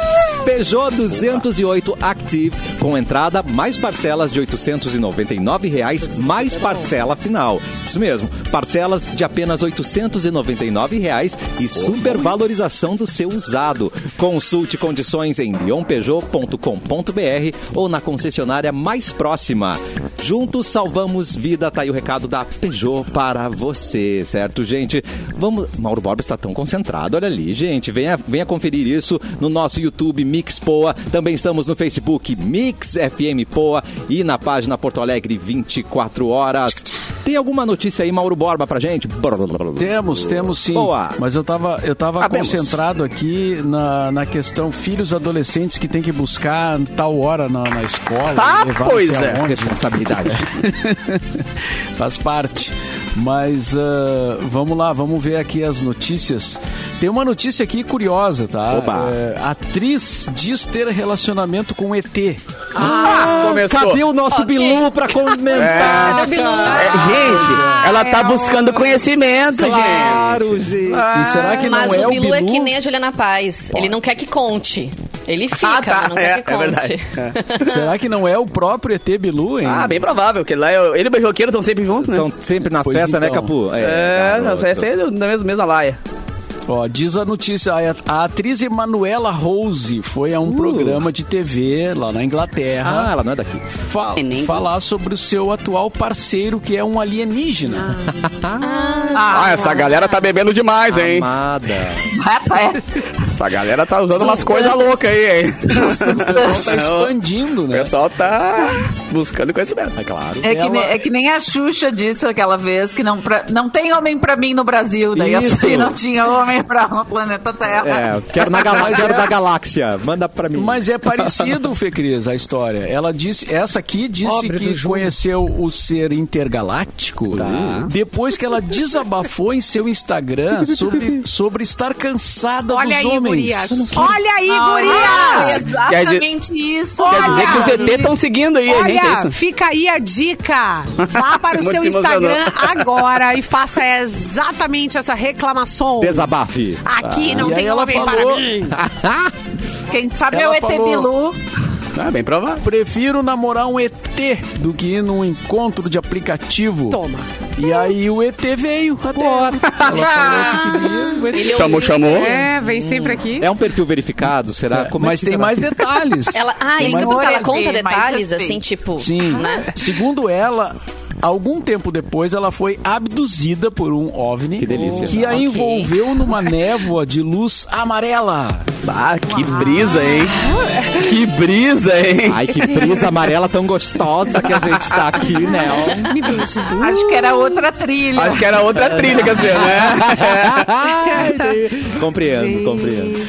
S1: Peugeot 208 Active com entrada mais parcelas de R$ 899 reais mais parcela final. Isso mesmo, parcelas de apenas R$ 899 reais e supervalorização do seu usado. Consulte condições em leonpeugeot.com.br ou na concessionária mais próxima. Juntos salvamos vida, tá aí o recado da Peugeot para você, certo, gente? Vamos, Mauro Borba está tão concentrado, olha ali, gente, venha, venha conferir isso no nosso YouTube Mix Poa, também estamos no Facebook Mix FM Poa e na página Porto Alegre 24 horas. Tem alguma notícia aí, Mauro Borba, pra gente?
S5: Temos, temos sim.
S1: Boa.
S5: Mas eu tava, eu tava
S3: Sabemos.
S5: concentrado aqui na, na questão filhos adolescentes que tem que buscar tal hora na, na escola.
S3: Ah,
S5: levar não
S3: pois
S5: sei
S3: é.
S5: aonde. *laughs*
S1: Responsabilidade.
S5: Faz parte. Mas ah, vamos lá, vamos ver aqui as notícias. Tem uma notícia aqui curiosa, tá?
S1: Oba.
S5: É, atriz diz ter relacionamento com ET.
S3: Ah, começou.
S1: Cadê o nosso Bilu pra comentar?
S3: É, gente, ela tá buscando conhecimento, gente.
S1: Claro, gente.
S3: Ah,
S5: e será que
S4: Mas
S5: não é
S4: o Bilu
S5: o
S4: é que nem a Juliana Paz. Ele não quer que conte. Ele fica,
S3: Ah, tá.
S4: mas não quer
S3: É,
S4: que
S3: é
S4: conte.
S3: verdade.
S5: Será que não é o próprio ET Bilu, hein?
S3: Ah, bem provável, porque lá eu- ele e o beijoqueiro estão sempre juntos, né?
S1: São sempre nas
S5: Pois
S1: festas, né,
S5: então.
S1: Capu?
S3: é,
S1: garoto.
S3: não, é sempre na mesma, mesma laia.
S5: Ó, diz a notícia, a- a atriz Emanuela Rose foi
S2: Uh.
S5: a um programa de TV lá na Inglaterra
S1: Ah, ela não é daqui.
S5: fa-
S3: É nem-
S5: falar sobre o seu atual parceiro, que é um alienígena.
S6: Ah,
S3: essa galera tá bebendo demais,
S1: Amada.
S6: é.
S3: Essa galera tá usando umas coisas loucas aí, hein?
S5: O pessoal tá expandindo,
S3: O
S5: né?
S3: pessoal tá buscando conhecimento. É claro.
S6: É que,
S5: Ela-
S6: nem, é que nem a Xuxa disse aquela vez que não, pra- não tem homem pra mim no Brasil. Daí
S1: Isso.
S6: assim não tinha homem *laughs* pra no planeta Terra.
S1: É, quero,
S5: *laughs*
S1: na galá- quero da galáxia. Manda pra mim.
S5: Mas é parecido, Fê Cris, a história. Ela disse, essa aqui disse
S2: Pobre do
S5: que
S2: Júlio. Tá.
S5: conheceu o ser intergaláctico depois que ela desabafou em seu Instagram sobre, sobre estar cansada
S2: *laughs* Olha
S5: dos
S2: aí,
S5: homens.
S2: gurias. Olha aí,
S6: Ah,
S2: gurias.
S6: exatamente isso.
S2: Quer
S3: Quer dizer que os ET estão seguindo aí, hein? Que
S2: Olha,
S3: isso?
S2: fica aí a dica. Vá para o
S3: Muito
S2: seu
S3: se
S2: Instagram agora e faça exatamente essa reclamação.
S1: Desabafe.
S2: Aqui não
S5: Ah, E aí
S2: tem
S5: ela
S2: homem para
S5: falou-
S2: mim.
S6: Quem sabe é o
S5: Ela
S6: ET
S5: falou-
S6: Bilu.
S3: Tá bem provável.
S5: Prefiro namorar um ET do que ir num encontro de aplicativo.
S2: Toma.
S5: E aí o ET veio até. ela. Ela falou que queria, o ET.
S4: *laughs* Ele um
S3: Chamou,
S4: ouviu.
S3: chamou.
S2: Ah, É, vem sempre aqui.
S1: É um perfil verificado, será? Como é
S5: Tá, Mas
S1: que
S5: tem
S1: será?
S5: mais detalhes.
S4: Ela, ah,
S5: Tem
S4: isso que eu
S5: mais-
S4: falo, ela
S6: Olha,
S4: conta
S6: tem mais
S4: detalhes,
S6: respeito.
S4: assim, tipo,
S5: Sim.
S4: né?
S5: Segundo ela, Algum tempo depois, ela foi abduzida por um OVNI
S1: Que delícia.
S5: que a
S4: Ok.
S5: envolveu numa névoa de luz amarela.
S3: Ah, que brisa, *laughs* hein? Que brisa, hein?
S1: Ai, que brisa amarela tão gostosa que a gente tá aqui, né?
S5: *laughs*
S2: Me beija.
S6: Acho que era outra trilha.
S3: Acho que era outra trilha, Cassiano, né?
S1: Ai, de- compreendo, compreendo.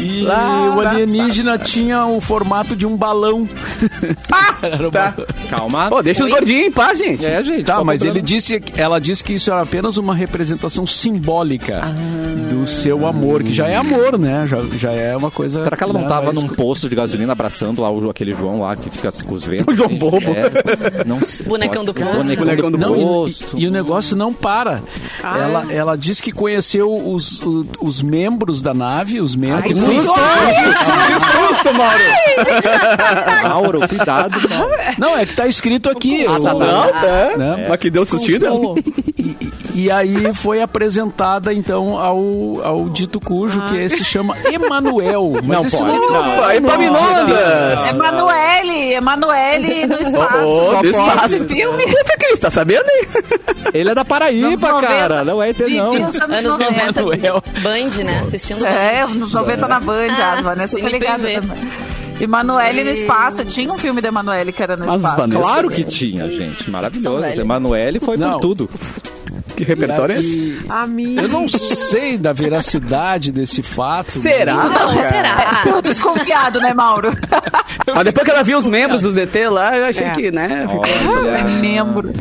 S5: E o alienígena tinha o formato de um
S1: *laughs*
S5: balão.
S1: Ah,
S5: Era um
S1: tá.
S5: balão.
S1: Calma.
S3: Pô, deixa os gordinhos em paz, gente.
S1: É, gente.
S5: Tá,
S1: tô
S5: mas
S1: comprando.
S5: ele disse, ela disse que isso era apenas uma representação simbólica
S1: Ah.
S5: do seu amor, que já é amor, né? Já, já é uma coisa.
S1: Será que ela não
S5: né,
S1: tava
S5: mais-
S1: num posto de gasolina abraçando lá o, aquele João lá que fica com os *laughs* ventos?
S3: O João
S1: gente?
S3: Bobo.
S1: É. Não sei.
S4: Bonecão do
S1: Pode-
S4: posto.
S1: Bonecão do
S5: Não, e-
S1: posto.
S5: e, o negócio não para. Ela, ela diz que conheceu os, os, os membros da nave, os membros.
S1: que susto! Mauro, cuidado. *laughs* Mauro.
S5: não, é que tá escrito aqui.
S1: Ah, tá,
S5: eu-
S1: tá.
S3: Não, tá.
S5: Né?
S3: Mas que deu sustida.
S5: E aí foi apresentada, então, ao, ao dito cujo, que esse chama
S1: *laughs*
S5: Emanuel. Mas
S1: Não
S5: esse
S1: pode.
S5: nome é
S1: Não.
S3: Aí,
S6: É
S3: Paminondas!
S6: Emanuele, Emanuele do é espaço.
S3: Ô, do espaço.
S6: Esse filme.
S3: Fica Cris, tá sabendo, hein?
S1: Ele é da Paraíba,
S6: Anos 90.
S1: cara. Não é ET,
S6: Vivi
S1: não.
S6: os anos
S4: Anos 90,
S6: 90.
S5: Manuel.
S4: Band, né? Assistindo
S6: É,
S4: Band.
S6: anos 90 na Band, as Vanessa tá
S4: CNPq.
S6: ligada também. Emanuele no espaço. Tinha um filme da Emanuele que era no
S3: Mas,
S6: espaço.
S3: Vanessa-
S1: Claro que tinha, gente.
S4: São
S1: Maravilhoso.
S4: velho.
S1: Emanuele foi
S5: Não.
S1: por tudo.
S3: Que repertório é esse?
S5: E-
S2: Amigo.
S5: Eu não sei da veracidade desse fato.
S3: Será?
S4: Não,
S3: cara?
S6: *laughs*
S4: será?
S6: Tô desconfiado,
S4: *laughs*
S6: né, Mauro?
S3: Mas Ah, depois que ela viu os membros do ZT lá, eu achei
S2: É.
S3: que, né? ficou-
S6: Membro.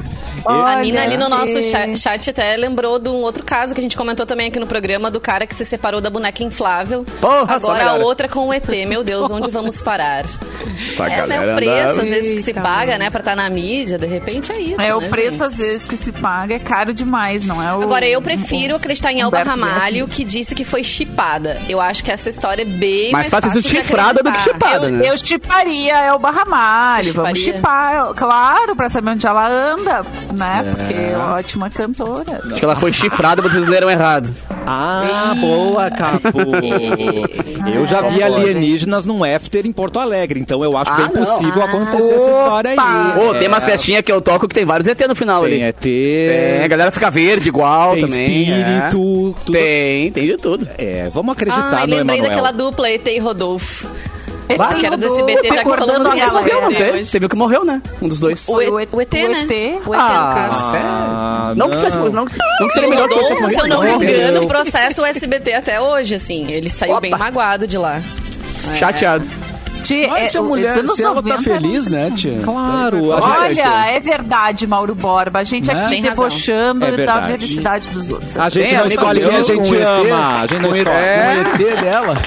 S4: A Nina ali no nosso
S6: gente.
S4: cha- chat até lembrou de um outro caso que a gente comentou também aqui no programa do cara que se separou da boneca inflável.
S3: Porra, só
S4: Agora a
S3: melhora.
S4: outra com o ET. Meu Deus, onde vamos parar?
S3: Essa
S4: É, né, o
S3: galera
S4: preço,
S3: da-
S4: às vezes, que se
S2: Eita,
S4: paga, né, pra estar na mídia, de repente é isso.
S6: É,
S4: né,
S6: o preço
S4: gente?
S6: às vezes que se paga é caro demais, não é? O,
S4: Agora, eu prefiro acreditar em Alba
S6: Humberto
S4: Ramalho, que disse que foi chipada. Eu acho que essa história é bem
S3: Mais
S4: mais,
S3: fácil ser
S4: de
S3: chifrada do que
S4: acreditar.
S3: chipada.
S6: Eu, eu chiparia é o
S4: Tu
S6: Barramalho, vamos
S4: né? chiparia?
S6: chipar, claro, pra saber onde ela anda, né? Porque é ótima cantora.
S3: Acho que ela foi chifrada, mas vocês leram errado.
S1: Ah, boa, Capu.
S4: *laughs*
S1: Eu já vi alienígenas num after em Porto Alegre, então eu acho
S3: Ah,
S1: bem
S3: não.
S1: possível
S4: Ah,
S1: acontecer essa história aí.
S3: Ô, tem uma
S1: certa
S3: festinha que eu toco que tem vários ET no final
S1: Tem
S3: ali.
S1: ET,
S3: Tem, a galera fica verde igual
S1: é. tem
S3: também.
S1: espírito, tudo.
S3: é. Tem, tem de tudo.
S1: É, vamos
S3: Tá,
S1: acreditar
S4: Ah,
S1: no
S4: lembrei
S1: Emanuel.
S4: daquela dupla ET e Rodolfo.
S6: Ele
S4: que era do
S6: mudou,
S4: SBT, já que
S6: recordando
S4: falamos né? em
S6: a
S4: Alba
S3: Morreu, não
S4: Ramalho
S3: teve?
S4: hoje.
S3: Você viu que morreu, né? Um dos dois.
S4: O, e, o,
S6: O
S4: ET,
S6: ET,
S4: né?
S6: o ET.
S4: O ET, no caso.
S1: Ah,
S3: Sério? Não que tivesse morrido, não que- não que seria
S4: Ele
S3: melhor que
S4: rodou,
S3: você
S4: se eu não me
S1: morreu.
S4: engano, processa o SBT até hoje, assim. Ele saiu
S3: Opa.
S4: bem magoado de lá. É.
S3: Chateado.
S4: *laughs*
S6: Tia,
S5: Mas se a
S6: é, o-
S5: mulher-
S6: os anos
S5: se ela tá
S6: 90
S5: feliz,
S6: era
S5: né,
S6: assim.
S5: tia?
S1: Claro, a gente-
S6: Olha, é verdade, Mauro Borba. A gente
S5: Né?
S6: aqui
S4: Tem razão.
S6: debochando
S1: É
S6: da
S1: verdade.
S6: felicidade dos outros.
S1: A gente
S3: Tem
S1: não
S3: amigo
S1: escolhe
S3: meu
S1: quem a gente
S5: com ET,
S1: ama. A gente não
S5: com
S1: escolhe.
S5: ET, com ET dela.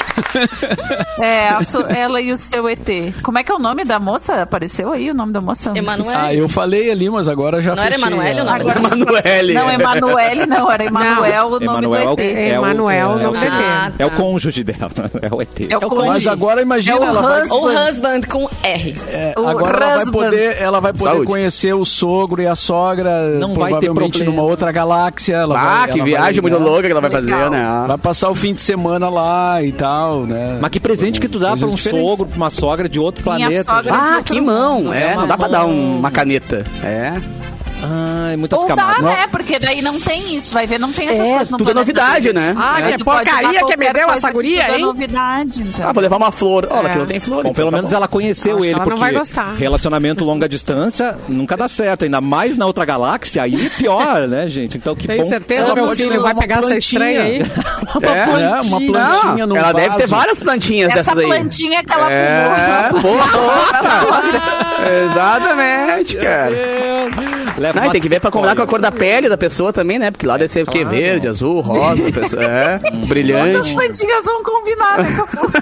S6: É, a su- ela e o seu ET. Como é que é o nome da moça? Apareceu aí o nome da moça?
S4: Emanuel.
S5: Ah, eu falei ali, mas agora já
S4: é? Não era
S5: fechei
S4: Emanuele
S5: a-
S4: o nome?
S6: Agora-
S4: é.
S3: Emanuele.
S6: Não, Emanuele não, era Emanuel o nome
S1: Emanuel
S6: do ET.
S1: é o-
S2: Emanuel,
S1: é o-
S2: não sei
S1: é o-
S4: Ah,
S1: É o
S4: tá.
S1: cônjuge dela, *laughs* é o ET.
S6: É o
S4: É o
S6: cônjuge.
S5: Mas agora imagina,
S6: É o
S5: ela vai,
S6: Hans-
S4: Ou husband com R.
S5: é,
S6: o
S5: agora ela vai
S6: husband.
S5: poder, ela vai poder
S3: Saúde.
S5: conhecer o sogro e a sogra,
S1: Não vai ter
S5: provavelmente
S1: problema.
S5: numa outra galáxia. Ela
S3: Ah,
S5: vai,
S3: que
S5: ela
S3: viagem
S5: vai,
S3: muito
S5: né?
S3: louca que ela vai fazer,
S6: Legal.
S5: Vai
S3: né?
S5: passar o fim de semana lá e tal, né?
S1: Mas que presente que tu dá
S5: Coisas
S1: pra um
S5: diferentes.
S1: sogro, pra uma sogra de outro
S6: Minha
S1: planeta.
S6: sogra-
S1: gente.
S3: Ah, que mão.
S1: É
S3: É,
S1: uma
S3: não dá pra dar um-
S1: mão.
S3: uma caneta. É.
S1: Ai, muitas
S6: Ou dá,
S1: camadas.
S6: né? Porque daí não tem isso. Vai ver, não tem essas
S3: É,
S6: coisas. no
S3: tudo é
S6: planeta
S3: novidade,
S6: Terra.
S3: né?
S2: Ah, que
S6: tu pode
S2: porcaria
S6: dar
S2: que me
S6: qualquer
S2: deu
S6: coisa
S2: essa
S6: que
S2: guria,
S6: tudo é
S2: hein?
S6: novidade, então.
S3: Ah, vou levar uma flor. Olha,
S2: É.
S3: aqui não tem flor.
S1: Bom,
S3: então
S1: pelo
S3: tá
S1: menos
S3: bom.
S1: ela conheceu
S2: Acho que
S1: ele,
S2: ela não
S1: porque
S2: vai gostar.
S1: relacionamento longa distância nunca dá certo, ainda mais na outra galáxia, aí é pior, né, gente? Então que
S2: Tenho
S1: bom.
S2: certeza,
S5: Ela
S2: meu
S5: pode
S2: filho,
S5: levar
S2: vai
S5: uma
S2: pegar essa estranha aí?
S5: É, é, uma plantinha
S3: Não,
S5: num
S3: Ah, ela deve
S5: vaso.
S3: ter várias plantinhas
S6: Essa
S3: dessas aí.
S6: plantinha que
S3: *laughs*
S6: ela
S3: É,
S6: fumou.
S3: porra! Exatamente, cara.
S1: Leva
S3: Não, e
S1: uma
S3: tem que ver pra combinar com a
S1: sacola.
S3: cor da pele da pessoa também, né? Porque lá deve ser o quê? Verde, azul,
S1: *laughs*
S3: rosa. pessoa- É,
S6: Todas as
S3: brilhante. *laughs*
S6: plantinhas vão combinar, né? Capu?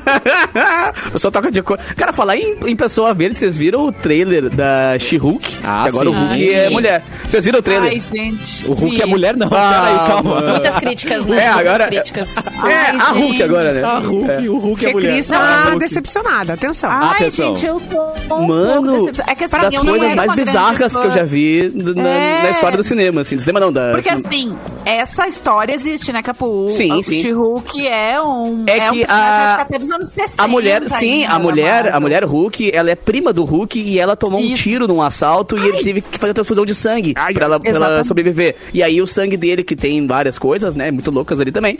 S3: A pessoa toca de cor. Cara, falar em, em pessoa verde, vocês viram o trailer da She-Hulk?
S1: Ah,
S3: Que agora
S1: sim.
S3: o Hulk
S4: Ah,
S3: é
S4: sim.
S3: mulher. Vocês viram o trailer?
S6: Ai, gente.
S1: O Hulk é
S6: vi.
S1: mulher, não. Peraí, calma.
S4: Muitas críticas, né?
S3: É, agora-
S4: Muitas críticas.
S3: é,
S6: Ai,
S3: a Hulk
S6: gente.
S3: agora, né?
S1: A Hulk, o Hulk é
S2: Porque
S1: mulher.
S2: Cris tá decepcionada, atenção.
S4: Tá
S6: Ai,
S1: Atenção.
S6: gente, eu tô um pouco
S3: Mano,
S6: decepcionada. É que assim,
S3: das
S6: eu não
S3: coisas
S6: era
S3: mais
S6: uma grande
S3: bizarras
S6: fã. É.
S3: que eu já vi na, na história do cinema, assim. Do cinema não, da...
S6: Porque assim, essa história existe, né, Capu?
S3: Sim,
S6: o
S3: sim.
S6: She-Hulk é um.
S3: É
S6: um
S3: que
S6: personagem,
S3: a-
S6: acho que até dos anos 60.
S3: A mulher, sim,
S6: ainda,
S3: a mulher,
S6: amado.
S3: a mulher Hulk, ela é prima do Hulk e ela tomou um
S6: Isso.
S3: tiro num assalto e ele teve que fazer transfusão de sangue pra ela, pra ela
S6: Exatamente.
S3: sobreviver. E aí o sangue dele, que tem várias coisas, né, muito loucas ali também,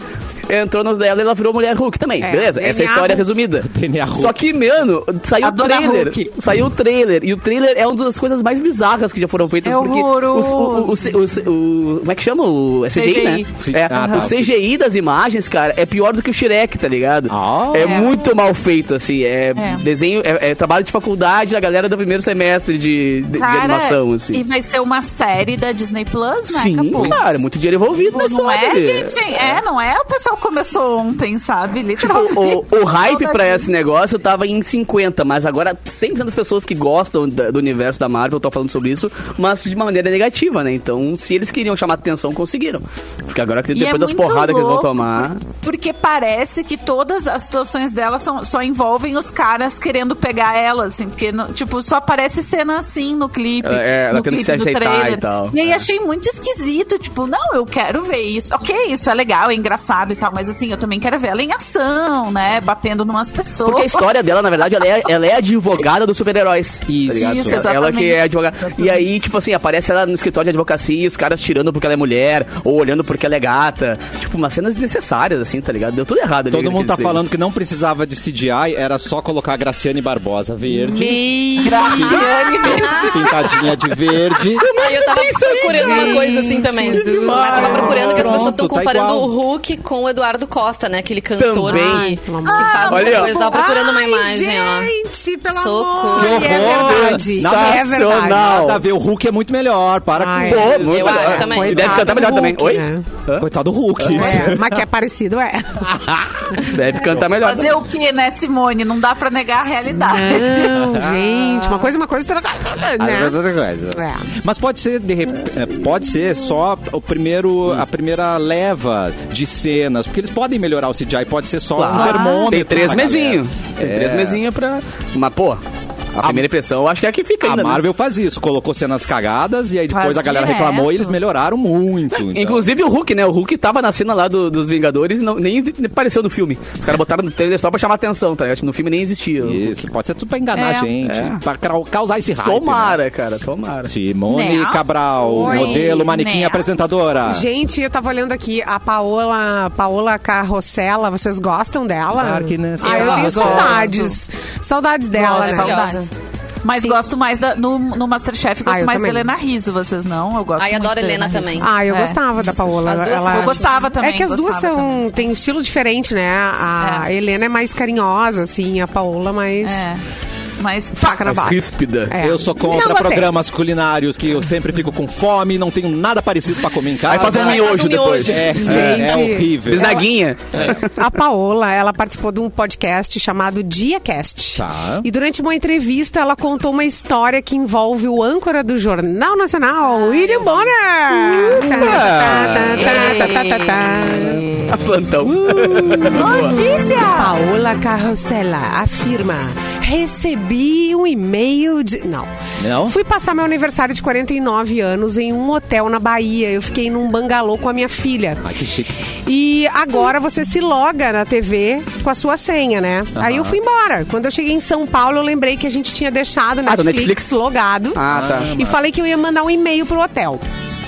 S3: entrou no dela e ela virou mulher Hulk também,
S2: É,
S3: beleza?
S2: DNA
S3: Essa é a história
S2: Hulk.
S3: resumida.
S1: DNA Hulk.
S3: Só que, mano, saiu
S6: A
S3: o
S6: dona
S3: trailer,
S6: Hulk.
S3: saiu o trailer, e o trailer é uma das coisas mais bizarras que já foram feitas,
S6: É
S3: porque
S6: horroroso.
S3: o, o, o- o- como é que chama? O é CGI, né?
S1: CGI.
S3: É,
S1: Ah, tá.
S3: o CGI das imagens, cara, é pior do que o Shrek, tá ligado?
S1: Ah.
S3: é muito mal feito, assim. É, desenho, é, é trabalho de faculdade da galera do primeiro semestre de, de- de
S6: Cara,
S3: animação, assim.
S6: E vai ser uma série da Disney Plus, né?
S3: Sim,
S6: Capu?
S3: cara, muito dinheiro envolvido na
S6: Não
S3: história. né?
S6: é,
S3: ali.
S6: gente? É, não é? O pessoal começou ontem, sabe?
S3: Tipo,
S6: Literalmente.
S3: o, o hype pra
S6: Saudade.
S3: esse negócio tava em 50, mas agora 100% das pessoas que gostam da- do universo da Marvel estão falando sobre isso, mas de uma maneira negativa, né? Então, se eles queriam chamar atenção, conseguiram. Porque agora,
S6: E
S3: depois
S6: é
S3: das
S6: muito
S3: porradas que eles vão
S6: louco,
S3: tomar...
S6: Porque parece que todas as situações dela são, só envolvem os caras querendo pegar ela, assim. Porque, no- tipo, só aparece cena assim no clipe.
S3: Ela- é, ela
S6: no
S3: tendo que
S6: clipe
S3: se
S6: do
S3: ajeitar
S6: trailer.
S3: e tal.
S6: aí
S3: É.
S6: achei muito esquisito. Tipo, não, eu quero ver isso. Ok, isso é legal, é engraçado e tal. Mas, assim, eu também quero ver ela em ação, né? Batendo numas pessoas.
S3: Porque a história dela, na verdade, ela é, ela é advogada dos super-heróis. Isso,
S6: Isso,
S3: Ela
S6: exatamente.
S3: que é advogada. E aí, tipo assim, aparece ela no escritório de advocacia e os caras tirando porque ela é mulher, ou olhando porque ela é gata. Tipo, umas cenas desnecessárias, assim, tá ligado? Deu tudo errado ali
S1: Todo mundo tá
S3: naquele
S1: falando que não precisava de CGI, era só colocar a Graciane Barbosa verde, né? pintadinha de verde.
S4: Aí eu tava procurando uma
S2: gente?
S4: coisa assim também. Mas tava procurando que as
S1: Pronto,
S4: pessoas estão
S1: tá
S4: comparando
S1: igual.
S4: o Hulk com o Eduardo Costa, né? Aquele cantor
S3: Também.
S4: que, que
S2: pelo amor
S4: faz
S3: Olha aí,
S4: muita
S3: ó.
S4: coisa. Tava procurando uma
S2: Ai,
S4: imagem, ó.
S2: gente, pelo
S4: Socorro.
S2: amor.
S1: Que
S2: É
S1: horror.
S2: verdade.
S1: Nada-
S2: É verdade.
S3: Sensacional.
S1: Nada a ver, o Hulk é muito melhor, para
S2: Ai,
S1: com...
S3: Pô, muito
S4: Eu
S3: melhor.
S4: acho também.
S3: E deve cantar melhor também. Oi?
S2: Né?
S1: Coitado do Hulk.
S2: É, mas que é parecido, é.
S3: Deve cantar melhor.
S6: *laughs* Fazer o quê, né, Simone? Não dá pra negar a realidade.
S2: Não, gente, uma coisa, uma coisa, outra coisa, né? É.
S1: Mas pode ser, de rep- é, pode ser só o primeiro, a primeira leva de cenas, porque eles podem melhorar o CGI, pode ser só um termômetro.
S3: Tem três
S1: pra galera.
S3: mesinhos. Tem
S1: É.
S3: três mesinhos pra. Mas, pô, a primeira impressão eu acho que é a que fica
S1: A
S3: ainda. né?
S1: Marvel faz isso, colocou cenas cagadas e aí depois
S6: Faz
S1: a galera
S6: direto.
S1: reclamou e eles melhoraram muito. então.
S3: Inclusive o Hulk, né? O Hulk tava na cena lá do- dos Vingadores e não- nem apareceu no filme. Os caras botaram no trailer só pra chamar atenção, tá? Eu acho que no filme nem existia.
S1: Isso, pode ser tudo pra enganar a
S6: É.
S1: gente,
S3: É.
S1: pra crau- causar esse hype. né?
S3: Tomara, cara, tomara.
S1: Simone
S6: Né?
S1: Cabral,
S2: Oi,
S1: modelo, manequim,
S6: né?
S1: apresentadora.
S2: Gente, eu tava olhando aqui a Paola, Paola Carrossela, vocês gostam dela?
S1: Claro que não, sim,
S2: Ah,
S1: eu
S2: eu tenho
S1: gosto.
S2: saudades. Saudades dela,
S6: Nossa, é
S2: né?
S4: saudades.
S6: saudades. Mas gosto mais da, no, no Masterchef, gosto
S2: Ah, eu
S6: mais
S2: também.
S6: da Helena Riso, vocês não? Eu gosto
S4: Ai,
S6: muito
S4: adoro
S6: da
S4: Helena
S6: Riso.
S4: também.
S2: Ah, eu
S6: É.
S2: gostava da Paola.
S4: As duas
S2: Ela-
S4: são-
S6: Eu gostava também.
S2: É que as duas
S6: gostava também.
S2: são, têm um estilo diferente, né? A
S6: É.
S2: Helena é mais carinhosa, assim, a Paola mais
S6: É. Mas
S2: faca na
S3: Mas
S2: barra.
S3: ríspida.
S2: É.
S1: Eu sou
S2: Não
S1: contra
S2: gostei.
S1: programas culinários que eu sempre fico com fome, não tenho nada parecido pra comer em casa.
S3: Aí faz um
S4: Vai, faz
S3: miojo
S4: um
S3: depois.
S4: miojo.
S1: É, é, é
S2: Gente.
S1: horrível.
S3: Bisnaguinha.
S2: Tá, A Paola, ela participou de um podcast chamado DiaCast.
S1: Tá.
S2: E durante uma entrevista, ela contou uma história que envolve o âncora do Jornal Nacional, William Bonner. Tá, tá, tá, tá, tá, Uh. tá, tá.
S3: A Ah, plantão.
S1: É.
S2: Notícia! Paola Carrossela afirma: recebi um e-mail de. Não.
S1: Não?
S2: Fui passar meu aniversário de 49 anos em um hotel na Bahia. Eu fiquei num bangalô com a minha filha.
S1: Ai, que chique.
S2: E agora você se loga na TV com a sua senha, né? Aí eu fui embora. Quando eu cheguei em São Paulo, eu lembrei que a gente tinha deixado o
S3: Ah, do
S2: Netflix,
S3: Netflix.
S2: logado.
S3: Ah, tá.
S2: E falei que eu ia mandar um e-mail pro hotel.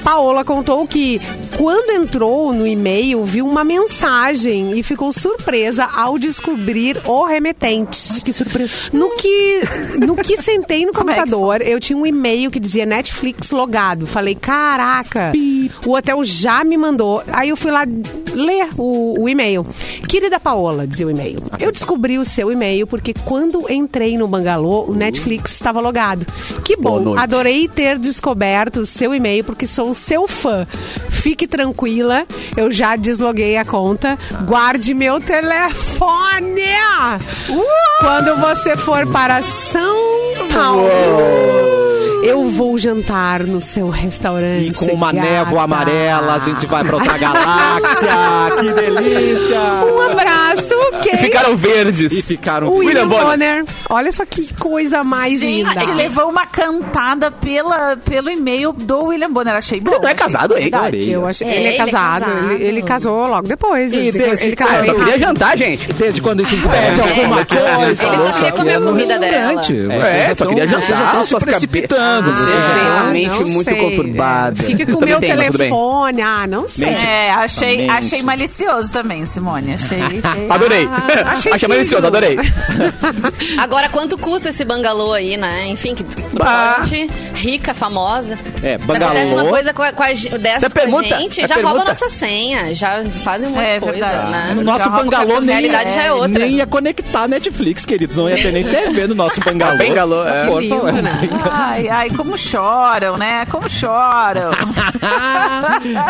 S2: Paola contou que quando entrou no e-mail, viu uma mensagem e ficou surpresa ao descobrir o remetente. que surpresa. No que, no que sentei no
S6: é que
S2: computador, eu tinha um e-mail que dizia Netflix logado. Falei, caraca, o hotel já me mandou. Aí eu fui lá ler o, o e-mail. Querida Paola, dizia o e-mail, eu descobri o seu e-mail porque quando entrei no Bangalô, o Netflix estava logado. Que
S3: Boa
S2: bom,
S3: noite.
S2: adorei ter descoberto o seu e-mail porque sou seu fã. Fique tranquila, eu já desloguei a conta. Guarde meu telefone! Quando você for para São Paulo. Eu vou jantar no seu restaurante.
S1: E com uma
S2: gata.
S1: névoa amarela, assim. a gente vai pra outra galáxia. que delícia!
S2: Um abraço, ok?
S3: Ficaram
S1: E *laughs*
S3: verdes.
S1: ficaram...
S2: William
S3: William Bonner.
S2: Bonner. Olha só que coisa mais linda.
S6: Gente, é levou uma cantada pela, pelo e-mail do William Bonner. Achei bom.
S3: Ele não é casado, hein?
S1: Adorei.
S2: Eu achei,
S4: É,
S2: ele é
S4: ele é
S2: casado.
S4: casado.
S2: Ele, ele casou logo depois.
S1: E
S2: Ele,
S1: desde-
S2: ele
S1: Ah,
S2: casou
S1: eu
S3: Só
S2: bem
S3: queria
S2: rápido.
S3: jantar, gente.
S1: Desde quando isso impede alguma coisa?
S5: é,
S4: Ele só queria comer é a
S5: no
S4: comida dela.
S5: restaurante. Vocês
S3: É, só
S5: já tão-
S3: queria
S5: vocês já tá assim.
S3: jantar,
S5: tão se
S3: suas cabe-
S5: precipitando. vocês já-
S3: têm uma
S2: Ah,
S3: mente
S2: não
S3: muito
S2: sei. É.
S3: conturbada.
S2: Fica
S3: Eu
S2: com o
S3: também
S2: meu
S3: tenho, mas tudo bem.
S2: telefone. Ah, não sei.
S1: Mente.
S6: É, achei,
S1: Mente.
S6: achei malicioso também,
S2: *laughs*
S6: Simone. Achei. achei-
S3: Adorei.
S2: Ah, achei
S3: achei malicioso,
S2: digno.
S3: adorei.
S4: Agora, quanto custa esse bangalô aí, né? Enfim, que restaurante, rica, famosa.
S1: É,
S4: Se acontece
S1: bangalô.
S4: uma coisa com a, com a, gen- dessas
S3: Essa
S4: com a
S3: pergunta-
S4: gente,
S3: essa
S4: já roubam
S3: pergunta-
S4: nossa senha, já fazem um monte
S6: É
S4: de coisa,
S6: verdade.
S1: O
S4: né?
S1: nosso
S6: Já uma
S1: bangalô nem,
S4: realidade já é outra.
S1: nem ia conectar a Netflix, querido. Não ia ter nem TV no nosso bangalô.
S3: Bangalô, é.
S1: Por favor.
S6: né? Ai, ai, como choram, né? Como choram.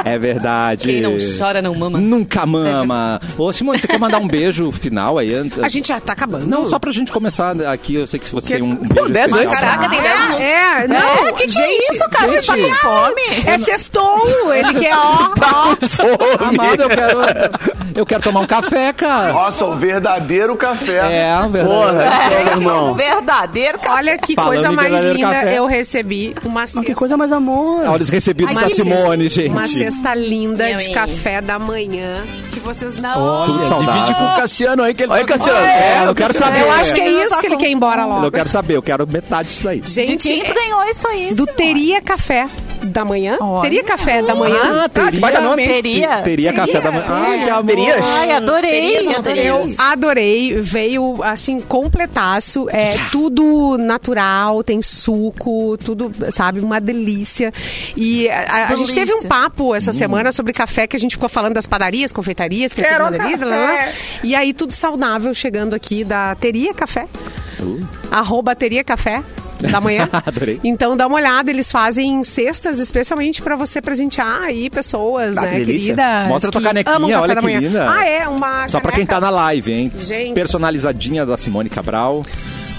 S1: É verdade.
S4: Quem não chora não mama.
S1: Nunca mama. Ô, Simone, você quer mandar um beijo final aí? antes?
S2: A gente já tá acabando.
S1: Não, só pra gente começar aqui. Eu sei que você tem um
S3: Pô,
S1: beijo
S3: dez
S1: especial.
S2: né?
S3: antes.
S4: Caraca, tem 10 minutos.
S2: É, *laughs* não.
S6: O que, que
S2: gente,
S6: é isso, cara? Você tá com
S1: gente.
S6: fome?
S2: É sextou. Ele quer, ó, ó.
S1: Amado, eu quero, eu quero tomar um café, cara.
S7: Nossa, o verdadeiro café.
S1: É, verdade.
S3: Porra,
S6: É,
S3: irmão.
S6: Verdadeiro, cara.
S2: Olha que
S1: Falando
S2: coisa
S1: em
S2: mais
S1: verdadeiro
S2: linda.
S1: café.
S2: Eu recebi uma cesta.
S3: mais amor.
S1: Olha os recebidos
S2: Ai,
S1: da
S2: que
S1: Simone,
S2: cesta-
S1: gente.
S2: Uma cesta linda
S4: Eu,
S2: de
S4: hein?
S2: café da manhã que vocês não.
S5: Olha,
S1: saudável.
S5: divide com Tipo o Cassiano aí que ele
S3: Olha,
S5: tá-
S3: Cassiano.
S1: É, eu quero saber.
S2: Eu acho que é
S6: Eu
S2: isso
S6: tô
S2: que ele
S6: com-
S2: quer ir embora
S1: Eu
S2: logo.
S1: quero saber, eu quero metade disso daí.
S6: De quem
S2: Gente, é
S6: tu ganhou isso aí?
S2: do
S6: Simone?
S2: Teria Café da manhã.
S6: Olha.
S2: Teria Café da manhã.
S1: Ah, teria.
S3: baita nome, hein?
S6: Teria?
S1: Teria café da manhã. Ai, que amor.
S3: Terias?
S6: Ai, adorei.
S4: Terias, não
S6: adorei.
S4: terias?
S2: Adorei, veio assim, completaço. É tudo natural, tem suco, tudo, sabe, uma delícia. E a- a, a gente teve um papo
S1: Hum.
S2: essa semana sobre café que a gente ficou falando das padarias, confeitarias, que é tem uma delícia, lá, lá, lá. E aí, tudo saudável chegando aqui da Teria Café. Arroba Teria Café. Da manhã.
S1: Uh. *laughs* Adorei.
S2: Então dá uma olhada, eles fazem cestas especialmente pra você presentear aí pessoas,
S3: Ah, que
S2: né,
S3: delícia.
S2: queridas.
S1: Mostra tua
S2: que
S1: canequinha,
S2: amam café
S1: olha
S2: da
S1: que
S2: manhã.
S1: linda.
S2: Ah, é, uma
S1: Só pra quem tá
S2: caneca
S1: na live, hein?
S2: Gente.
S1: Personalizadinha da Simone Cabral.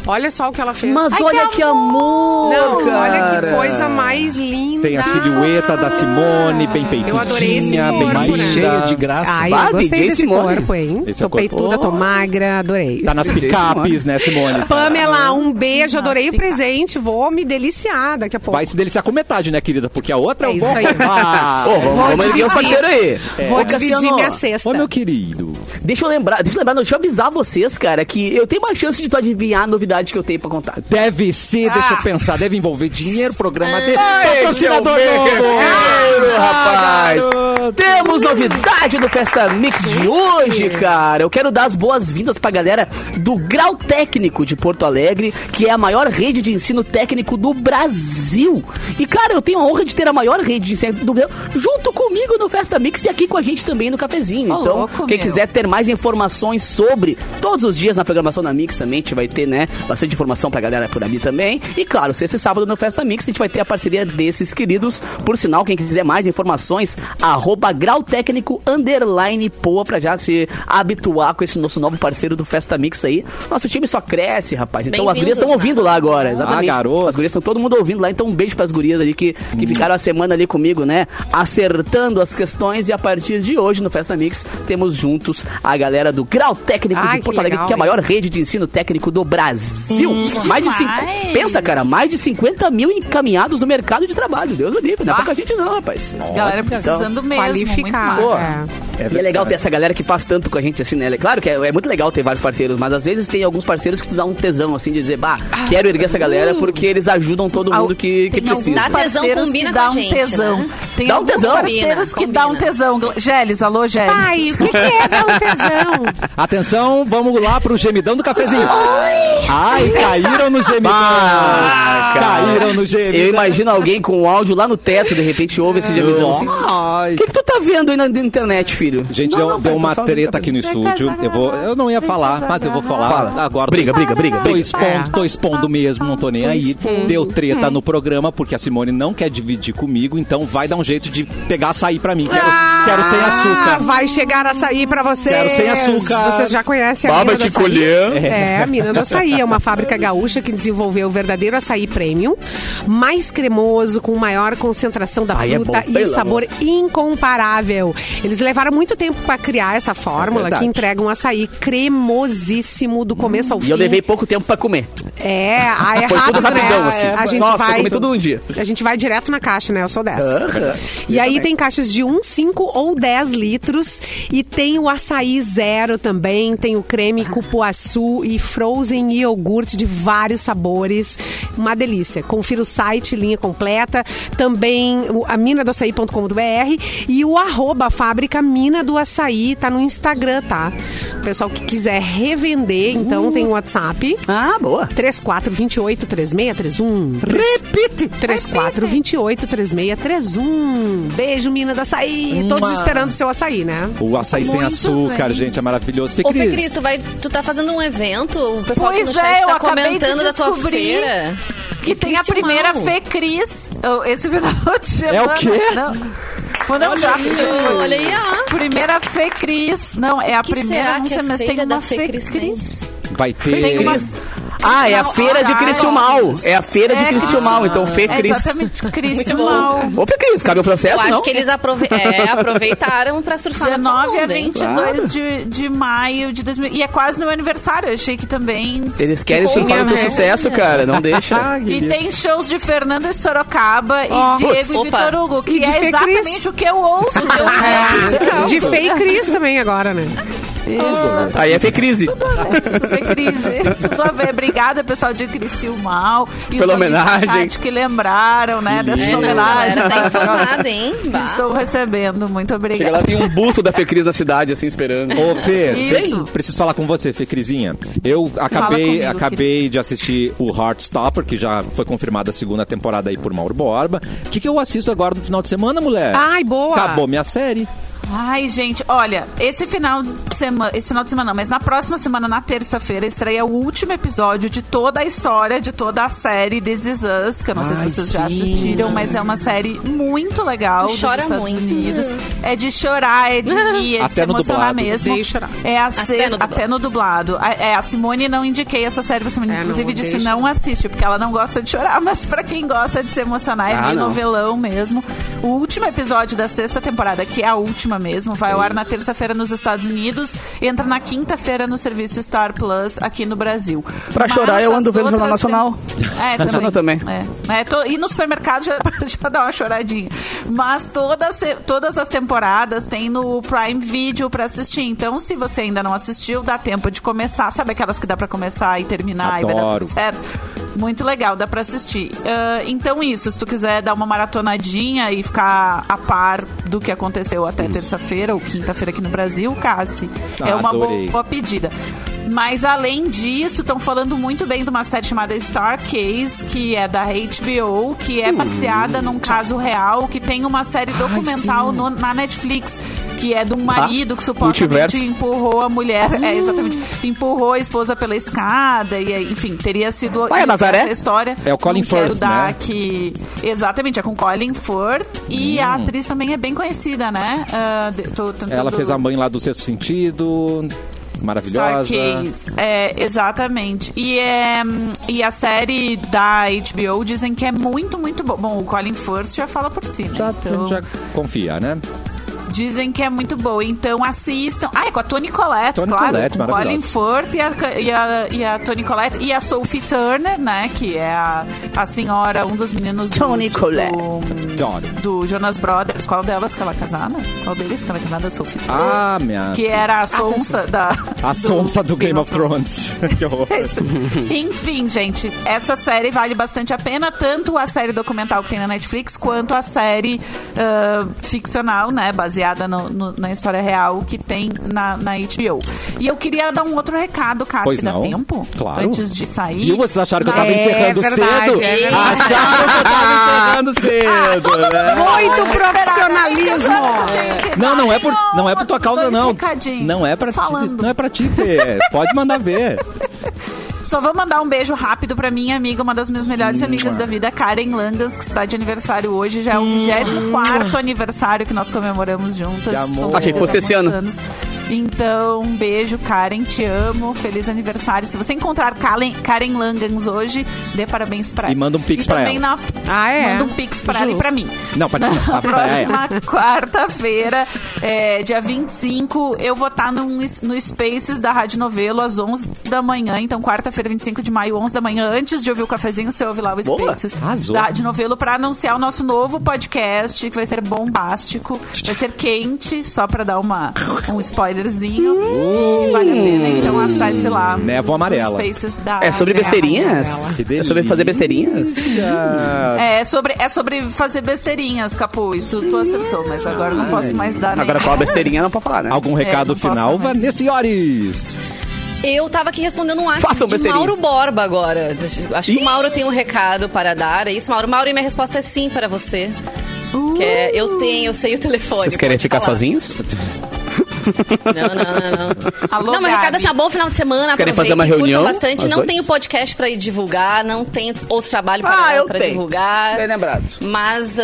S2: Olha só o que ela fez.
S3: Mas olha que amor,
S2: não, olha que
S3: cara.
S2: coisa mais linda.
S1: Tem a silhueta da Simone, bem peitinha,
S2: Eu adorei esse
S1: bem
S2: corpo,
S5: É, mais
S2: né?
S5: cheia de graça.
S2: Ai,
S3: Bah,
S2: eu gostei
S3: DJ
S2: desse
S3: Ah, Simone.
S2: corpo, hein?
S1: Esse é
S2: tô
S1: o corpo.
S2: peituda, tô magra, adorei.
S1: Tá nas picapes, né,
S2: *laughs*
S1: Simone?
S2: Pamela, um beijo, adorei o presente. Vou me deliciar daqui a pouco.
S1: Vai se deliciar com metade, né, querida? Porque a outra
S2: É
S1: eu
S2: isso
S1: vou
S2: aí.
S1: roubar.
S3: Ô, vamos, vamos
S2: dividir.
S3: erguer o parceiro aí.
S2: Vou
S1: é.
S3: Ô,
S2: dividir
S3: Cassiano,
S2: minha cesta.
S1: Ô, meu querido.
S3: Deixa eu lembrar, deixa eu lembrar, não, deixa eu avisar vocês, cara, que eu tenho uma chance de tu adivinhar a novidade que eu tenho pra contar.
S1: Deve ser, deixa eu pensar, deve envolver dinheiro, programa dele. Patrocinador
S3: Ah. Ai, meu
S1: novo.
S3: guerreiro, rapaz.
S1: garoto.
S3: Temos novidade do Festa Mix de hoje, cara. Eu quero dar as boas-vindas pra galera do Grau Técnico de Porto Alegre, que é a maior rede de ensino técnico do Brasil. E, cara, eu tenho a honra de ter a maior rede de ensino do Brasil junto comigo no Festa Mix e aqui com a gente também no cafezinho.
S6: Ô,
S3: então,
S6: louco,
S3: quem
S6: meu.
S3: quiser ter mais informações sobre todos os dias na programação da Mix também, a gente vai ter, né, bastante informação pra galera por ali também. E claro, sexta e sábado no Festa Mix, a gente vai ter a parceria desses queridos. Por sinal, quem quiser mais informações, arroba grau técnico underline poa pra já se habituar com esse nosso novo parceiro do Festa Mix aí. Nosso time só cresce, rapaz. Então as
S4: Bem-vindos,
S3: gurias estão
S4: né?
S3: ouvindo lá agora, exatamente.
S1: garoto.
S3: As gurias estão todo mundo ouvindo lá, então um beijo pras gurias ali que, que ficaram a semana ali comigo, né? Acertando as questões e a partir de hoje no Festa Mix temos juntos a galera do Grau Técnico
S2: Ai,
S3: de
S2: que
S3: Porto Alegre,
S2: legal,
S3: que é a maior rede de ensino técnico do Brasil. Hum. mais de cinco,
S6: demais.
S3: pensa, cara, mais de 50 mil encaminhados no mercado de trabalho. Deus me livre, não é pouca gente não, rapaz.
S6: Galera
S3: Então,
S6: precisando mesmo.
S2: Qualificar.
S6: Muito mais.
S1: É
S2: é.
S3: E é
S1: verdade.
S3: legal ter essa galera que faz tanto com a gente, assim, né? Claro que é, é muito legal ter vários parceiros, mas às vezes tem alguns parceiros que tu dá um tesão, assim, de dizer, bah, quero erguer essa galera porque eles ajudam todo
S6: Al-
S3: mundo que, que
S6: tem alguns
S3: precisa.
S4: Dá tesão,
S6: parceiros
S4: combina
S6: que dá
S4: com a gente,
S6: um tesão.
S4: né?
S6: Tem
S3: Dá um
S6: alguns
S3: tesão.
S6: parceiros que
S4: Combina,
S6: dá um tesão. Geles, alô, Geles.
S2: Pai, o que, que é dar um tesão?
S3: *laughs*
S1: Atenção, vamos lá pro gemidão do cafezinho. Ai, caíram no gemidão.
S3: Ah, cara.
S1: caíram no gemidão.
S3: Eu imagino alguém com o áudio lá no teto, de repente ouve esse gemidão assim. O
S1: Ai.
S3: que, que tu tá vendo aí na na internet, filho?
S1: Gente,
S3: Não,
S1: deu,
S3: não,
S1: deu
S3: pai,
S1: uma
S3: só ouve
S1: treta
S3: o
S1: aqui no
S3: cabelo.
S1: estúdio. Eu, vou, eu não ia falar, mas eu vou falar
S3: Fala.
S1: agora.
S3: Briga, briga, briga, É.
S1: Tô
S3: briga.
S1: expondo, tô expondo mesmo, não tô nem aí. Deu
S3: É.
S1: treta no programa, porque a Simone não quer dividir comigo, então vai dar um jeito de pegar açaí pra mim. Quero, quero sem
S2: Ah,
S1: açúcar.
S2: vai chegar açaí pra vocês.
S1: Quero sem açúcar.
S2: Vocês já conhecem a
S5: Baba
S2: mina do
S5: te
S2: açaí?
S5: colher.
S2: É, a mina do açaí. É uma fábrica gaúcha que desenvolveu o verdadeiro açaí premium, mais cremoso, com maior concentração da
S3: Ai, é
S2: fruta
S3: bom,
S2: e um
S3: pelo
S2: sabor incomparável. Eles levaram muito tempo pra criar essa fórmula
S3: É verdade.
S2: que entrega um açaí cremosíssimo do começo ao fim.
S3: E eu levei pouco tempo pra comer.
S2: É, aí é
S3: Foi
S2: rápido,
S3: tudo rapidão,
S2: né?
S3: assim.
S2: A gente
S3: Nossa,
S2: vai,
S3: comi tudo um dia.
S2: A gente vai direto na caixa, né? Eu sou dessa. E aí tem caixas de 1, 5 ou 10 litros. E tem o açaí zero também. Tem o creme cupuaçu e frozen e iogurte de vários sabores. Uma delícia. Confira o site, linha completa. Também o- a minadoaçaí.com.br e o arroba fábrica Mina do Açaí. Tá no Instagram, tá? O pessoal que quiser revender, então tem o WhatsApp.
S3: Ah, boa.
S2: 3428-3631. Repite! 3428-3631. Beijo, mina do açaí. Todos esperando o seu açaí, né?
S1: O açaí sem
S4: Muito
S1: açúcar,
S4: bem.
S1: gente, é maravilhoso. Fê
S4: Ô, Fê
S1: Cris,
S4: Cris, tu, vai, tu tá fazendo um evento, o pessoal aqui
S6: Pois
S4: no chat
S6: é, eu
S4: tá
S6: acabei de
S4: comentando da tua
S6: descobrir
S4: feira.
S6: Que tem a
S4: Cristian
S6: primeira
S4: Mauro.
S6: Fê Cris. oh, Esse final
S3: É
S6: de semana.
S1: o quê?
S6: Não. Foi não, já
S4: aí,
S6: foi.
S4: olha aí, ó.
S6: Primeira Fê Cris. Não, é a
S4: Que
S6: primeira
S4: será
S6: não
S4: que
S6: sei,
S4: a
S6: mas tem
S4: feira da
S6: uma
S4: Fê
S6: Fê
S4: Cris
S6: Cris.
S1: vai ter...
S6: Tem uma-
S3: Ah, é a
S6: Não,
S3: feira de
S6: horários.
S3: Criciúmal. É a feira de
S6: É,
S3: Criciúmal, então Fê
S6: É
S3: Cris. *laughs*
S6: exatamente, Cris
S4: Muito bom.
S6: Mal.
S3: Ô, Fê Cris, cabe o
S4: Eu
S3: processo,
S4: acho
S3: não?
S4: que eles aprove- é, aproveitaram pra surfar na tua Né?
S6: 19 a
S4: onda, hein?
S6: 22 de, de maio de 2000. E é quase meu aniversário, eu achei que também.
S3: Eles querem surfar no teu
S4: né?
S3: sucesso, cara. Não
S1: *laughs* Ah,
S3: deixa.
S6: E tem shows de Fernando e Sorocaba e Diego
S4: putz,
S6: e
S4: opa.
S6: Vitor Hugo, que
S2: E de
S6: é
S2: Fê Cris.
S6: exatamente o que eu ouço.
S3: *laughs*
S4: teu
S6: né?
S3: É.
S2: De Fê e Cris também agora, né?
S3: Aí é Fê Cris.
S6: Tudo *laughs* Fê Cris, tudo a ver. Obrigada, pessoal de Criciúmal. E
S3: Pela
S6: os amigos do
S3: homenagem.
S6: chat que lembraram, né, dessa
S4: É, não, a
S6: homenagem.
S4: galera tá informada, hein? Bah.
S6: Estou recebendo, muito
S3: Chega lá,
S6: obrigada.
S3: tem um busto da Fê Cris na cidade, assim, esperando.
S1: Ô, Fê,
S6: Isso.
S1: Fê, preciso falar com você, Fê Crisinha. Eu acabei,
S6: comigo,
S1: acabei de assistir o Heartstopper, que já foi confirmada a segunda temporada aí por Mauro Borba. O que, que eu assisto agora no final de semana, mulher?
S2: Ai, boa.
S1: Acabou minha série.
S6: Ai, gente, olha, esse final de semana, esse final de semana, não, mas na próxima semana, na terça-feira, estreia o último episódio de toda a história, de toda a série This Is Us, que eu não sei se vocês já assistiram, mas é uma série muito legal
S4: Tu
S6: dos
S4: chora
S6: Estados
S4: muito.
S6: Unidos. É de chorar, é de rir, é
S1: *laughs*
S6: de
S1: Até
S6: se
S1: no
S6: emocionar
S1: dublado.
S6: mesmo.
S2: Odeio chorar.
S6: É a
S4: Até
S6: sexta-
S4: no dublado.
S6: até no dublado. A, é, a Simone não indiquei essa série pra Simone,
S2: É, não,
S6: inclusive
S2: odeio
S6: disse
S2: chorar.
S6: não assiste, porque ela não gosta de chorar, *laughs* mas pra quem gosta de se emocionar, é
S3: Ah,
S6: meio
S3: não.
S6: novela novelão mesmo. O último episódio da sexta temporada, que é a última mesmo, vai ao ar na terça-feira nos Estados Unidos, entra na quinta-feira no serviço Star Plus aqui no Brasil.
S3: Pra chorar, eu
S6: as
S3: ando vendo o Jornal
S6: outras tem-
S3: Nacional. *laughs*
S6: É,
S3: Nacional
S6: também.
S3: também.
S6: É. É, tô- e no supermercado já, *laughs* já dá uma choradinha. Mas todas, se- todas as temporadas tem no Prime Video pra assistir. Então, se você ainda não assistiu, dá tempo de começar. Sabe aquelas que dá pra começar e terminar e vai dar
S1: Adoro.
S6: tudo certo? Muito legal, dá pra assistir. Ah, então, isso, se tu quiser dar uma maratonadinha e ficar a par do que aconteceu até terça-feira ou quinta-feira aqui no Brasil, Cassi, é
S1: Hum. Ah,
S6: uma
S1: adorei.
S6: boa, boa pedida. Mas além disso, estão falando muito bem de uma série chamada Starcase, que é da HBO, que
S1: Hum.
S6: é baseada num caso real, que tem uma série documental no- na Netflix, que é de um
S1: Ah.
S6: marido que supostamente
S3: multiverso.
S6: empurrou a mulher, é exatamente, empurrou a esposa pela escada e aí, enfim, teria sido
S3: Vai, Nazaré.
S6: essa história.
S1: É o Colin
S6: Não quero
S1: Firth,
S6: dar
S1: né?
S6: que exatamente é com Colin Firth
S1: Hum.
S6: e a atriz também é bem conhecida, né? Ah, de- tô tentando-
S1: Ela fez a mãe lá do Sexto Sentido. Maravilhosa.
S6: Starcase. É, exatamente. E, é, hum, e a série da HBO dizem que é muito, muito boa. Bom, o Colin Firth já fala por si, né?
S1: Já,
S6: Então,
S1: Tá, já confia, né?
S6: Dizem que é muito boa. Então assistam. Ah, é com a Toni Collette,
S1: Toni
S6: claro.
S1: Collette,
S6: com o Colin
S1: maravilhosa.
S6: Firth e a, e a, e a Toni Collette. E a Sophie Turner, né? Que é a, a senhora, um dos meninos do-
S3: Toni
S6: do...
S3: Collette.
S1: Tony.
S6: Do Jonas Brothers. Qual delas que ela é casada? Qual deles que ela é casada? Sophie Turner.
S1: Ah, minha.
S6: Que era a sonsa da... *laughs*
S1: A sonsa do Game of Thrones. *laughs* que horror.
S6: Isso. Enfim, gente, essa série vale bastante a pena, tanto a série documental que tem na Netflix, quanto a série ah, ficcional, né, baseada no- no- na história real que tem na, na HBO. E eu queria dar um outro recado, Cássio,
S1: Pois
S6: dá
S1: não.
S6: tempo?
S1: Claro.
S6: Antes de sair.
S1: Viu? Vocês acharam que eu tava
S2: É
S1: encerrando
S2: verdade,
S1: cedo?
S2: é verdade.
S1: Acharam que eu tava encerrando cedo, né?
S2: Muito
S6: Eu juro que
S2: profissionalismo.
S6: eu tenho que
S1: Não,
S6: dar.
S1: não é por, não é por tua
S6: dois
S1: causa, não.
S6: recadinhos.
S1: Não é pra ti,
S6: Falando.
S1: não é pra ti, Fê. Pode mandar ver.
S6: Só vou mandar um beijo rápido pra minha amiga, uma das minhas
S1: Hum,
S6: melhores amigas da vida, Karen Langas, que está de aniversário hoje.
S1: Hum.
S6: Já é o 24 aniversário que nós comemoramos juntas.
S1: Que amor.
S6: Somos
S3: Achei que fosse
S6: amigas
S3: esse
S6: há muitos
S3: ano.
S6: anos. Então, um beijo, Karen, te amo. Feliz aniversário. Se você encontrar Karen, Karen Langans hoje, dê parabéns pra
S1: E
S6: ela.
S1: manda um pix pra
S6: também
S1: ela.
S6: Na,
S2: Ah, é?
S6: Manda um pix pra ela e
S2: Justo.
S6: pra mim.
S1: Não,
S6: *laughs*
S1: pra ti não. Pra-
S6: Na
S1: pra- é.
S6: próxima quarta-feira, é, dia 25, eu vou estar no, no Spaces da Rádio Novelo às 11 da manhã. Então, quarta-feira, 25 de maio, 11 da manhã. Antes de ouvir o cafezinho, você ouve lá o
S3: Boa,
S6: Spaces
S1: arrasou.
S6: da Rádio Novelo para anunciar o nosso novo podcast, que vai ser bombástico. Vai ser quente, só para dar uma, um spoilerzinho. E vale a pena, então, acesse lá.
S1: Hum. Névoa Amarela.
S6: no Spaces da
S3: É sobre
S6: Rádio
S3: besteirinhas?
S1: Que
S3: É sobre
S1: delícia.
S3: fazer besteirinhas?
S6: É sobre, é sobre fazer besteirinhas, Capu. Isso tu acertou, mas agora não posso mais dar. né? nem-
S3: Agora qual a besteirinha não pode falar, né?
S1: Algum
S6: É,
S1: recado
S6: não posso
S1: final,
S6: mais.
S1: Vanessiores?
S4: Eu tava aqui respondendo um ato
S3: Façam
S4: de
S3: besteirinha.
S4: Mauro Borba agora. Acho que o Mauro tem um recado para dar. É isso, Mauro? Mauro, e minha resposta é sim para você. Que é, eu tenho, eu sei o telefone.
S3: Vocês querem
S4: pode
S3: ficar
S4: falar.
S3: sozinhos?
S4: Não, não, não, não.
S6: Alô,
S4: não, meu recado é
S6: Gabi.
S4: assim, ó, bom final de semana.
S3: querem fazer
S4: aproveitem,
S3: uma
S4: curtam
S3: reunião?
S4: bastante.
S3: Nós
S4: Não
S3: dois?
S4: tenho podcast pra ir divulgar, não tem outro trabalho
S3: Ah,
S4: para
S3: eu
S4: pra
S3: tenho. né,
S4: divulgar.
S3: Bem lembrado.
S4: Mas, ah,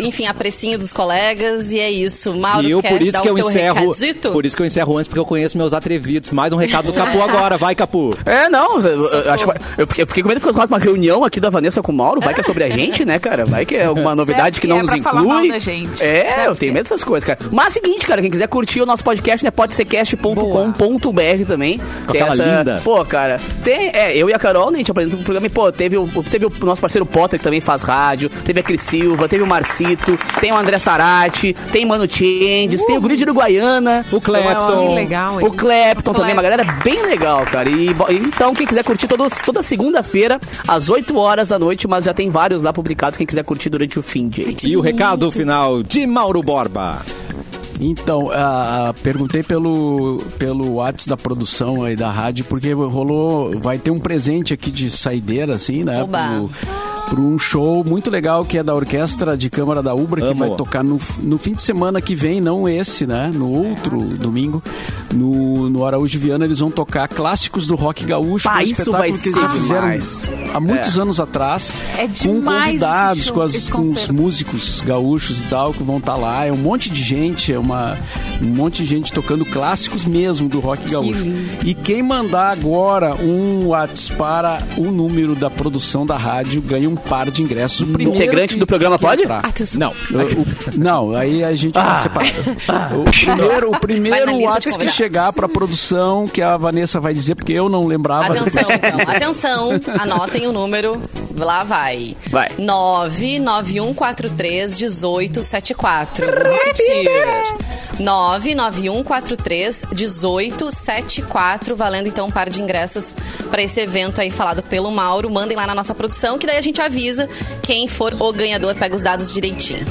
S4: enfim, aprecinho dos colegas e é isso. Mauro,
S1: E
S4: tu
S1: eu,
S4: quer
S1: por isso
S4: dar
S1: que
S4: o
S1: eu
S4: teu
S1: encerro.
S4: recadito?
S1: Por isso que eu encerro antes, porque eu conheço meus atrevidos. Mais um recado do
S4: *laughs*
S1: Capu agora, vai, Capu.
S3: É, não, eu, eu acho que vai- eu fiquei, eu fiquei com medo que eu faço uma reunião aqui da Vanessa com o Mauro, vai que é sobre a gente, né, cara? Vai
S6: *laughs*
S3: que é alguma novidade que
S6: que
S3: não
S6: é
S3: nos
S6: pra falar mal
S3: inclui.
S6: da gente.
S3: É,
S6: Certo
S3: eu tenho medo dessas coisas, cara. Mas é o seguinte, cara, quem quiser curtir o nosso podcast, né, pode sercast.com.br também. Com
S1: aquela linda.
S3: Pô, cara, tem, é, eu e a Carol, né, a gente apresentou o programa e, pô, teve o, teve o nosso parceiro Potter, que também faz rádio, teve a Cris Silva, teve o Marcito, tem o André Sarati, tem Mano Changes, tem o Grid Uruguaiana.
S1: O Clapton.
S2: Que legal, hein?
S3: O Clapton também, uma galera bem legal, cara. E, bo- então, quem quiser curtir todos, toda segunda-feira, às 8 horas da noite, mas já tem vários lá publicados, quem quiser curtir durante o fim de aí.
S1: E o recado final de Mauro Borba.
S5: Então, ah, ah, perguntei pelo, pelo WhatsApp da produção aí da rádio, porque rolou. Vai ter um presente aqui de saideira, assim, né?
S4: Oba.
S5: Pro, pro um show muito legal que é da Orquestra de Câmara da Ubra, que
S1: Amo.
S5: vai tocar no, no fim de semana que vem, não esse, né? No outro domingo, no, no Araújo Viana, eles vão tocar clássicos do rock gaúcho.
S3: Pá,
S5: um
S3: isso
S5: espetáculo
S3: vai
S5: que eles já
S3: ser
S5: fizeram
S3: demais.
S5: há muitos anos atrás.
S6: É
S5: com
S6: demais esse
S5: convidados,
S6: show,
S5: com, as-
S6: esse
S5: com os
S6: concerto.
S5: músicos gaúchos e tal que vão estar lá. É um monte de gente, é uma, um monte de gente tocando clássicos mesmo do rock gaúcho. E quem mandar agora um Whats para o número da produção da rádio ganha um par de ingressos. O primeiro
S3: integrante
S5: que-
S3: do programa
S5: que
S3: pode? Ah.
S5: entrar.
S2: Atenção.
S1: Não.
S5: O- o- não, aí a gente vai separar. O primeiro,
S4: Vai
S5: o
S4: na
S5: primeiro
S4: lista de
S5: WhatsApp que
S4: convidados.
S5: chegar para produção, que a Vanessa vai dizer, porque eu não
S1: Ah,
S5: lembrava. *laughs*
S1: *laughs*
S4: Atenção, então. Atenção. Anotem o número. Lá vai.
S3: Vai.
S4: 991431874. Vou repetir. 991431874. Valendo, então, um par de ingressos para esse evento aí falado pelo Mauro. Mandem lá na nossa produção, que daí a gente avisa. Quem for o ganhador, pega os dados direitinho.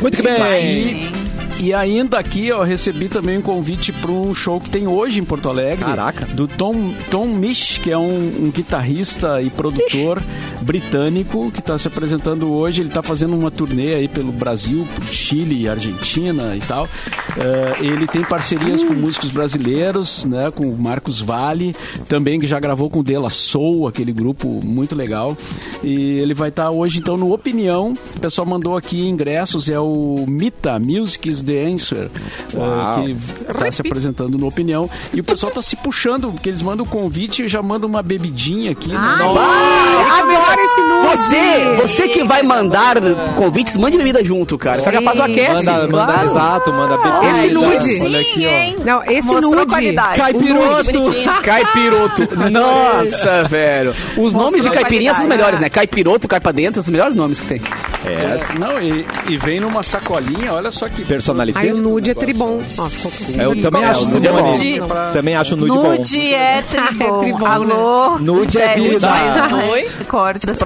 S1: Muito que bem.
S5: E, e ainda aqui, ó, recebi também um convite para um show que tem hoje em Porto Alegre.
S1: Caraca.
S5: Do Tom, Tom Misch, que é um, um guitarrista e produtor britânico que está se apresentando hoje. Ele está fazendo uma turnê aí pelo Brasil, por Chile, Argentina e tal. Eh, ele tem parcerias com músicos brasileiros, né? Com o Marcos Vale, também que já gravou com o Dela Soul, aquele grupo muito legal. E ele vai estar hoje, então, no Opinião. O pessoal mandou aqui ingressos, é o Mita, Music is the Answer, eh,
S1: Uau.
S5: que tá se apresentando no Opinião. E o pessoal tá se puxando, porque eles mandam o convite e já mandam uma bebidinha aqui. né?
S2: Adoro esse número.
S3: Você, você que vai mandar convites, mande bebida junto, cara. Só já faz o aquece.
S1: Manda, manda
S3: claro.
S1: exato, manda
S2: Esse
S1: bebida.
S2: nude.
S5: Olha aqui, ó.
S2: Não, esse
S6: Mostrou
S2: nude.
S6: qualidade.
S3: Um
S1: Caipiroto.
S4: Bonitinho.
S3: *laughs* Caipiroto. Nossa, velho. Os nomes de
S6: a
S3: caipirinha são os
S6: qualidade.
S3: melhores, né? Caipiroto, caipa dentro, são os melhores nomes que tem.
S1: É,
S5: Não, e, e vem numa sacolinha, olha só que
S1: personalizado.
S2: Aí o nude é tribom. Ó, ficou
S1: Eu também
S5: É,
S1: acho
S5: o
S1: nude
S5: nude é
S1: bom.
S6: bom.
S1: Também acho nude bom.
S6: Nude é tribom.
S2: *laughs* É tribom,
S6: Alô?
S1: Nude é
S6: velhos
S1: vida.
S6: mais, né?
S4: Oi?
S6: Corte das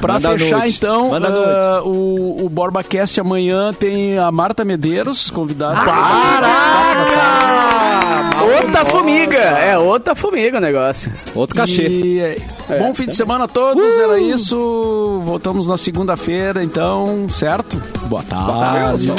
S5: Pra
S1: Manda
S5: fechar,
S1: nude.
S5: então,
S1: Manda
S5: ah, o, o BorbaCast amanhã tem a Marta Medeiros, convidada.
S1: Caraca!
S3: Outra formiga. É, outra formiga o negócio.
S1: Outro cachê.
S5: E, é, Bom Uh! fim de semana a todos, era isso. Voltamos na segunda-feira, então, certo? Boa tarde.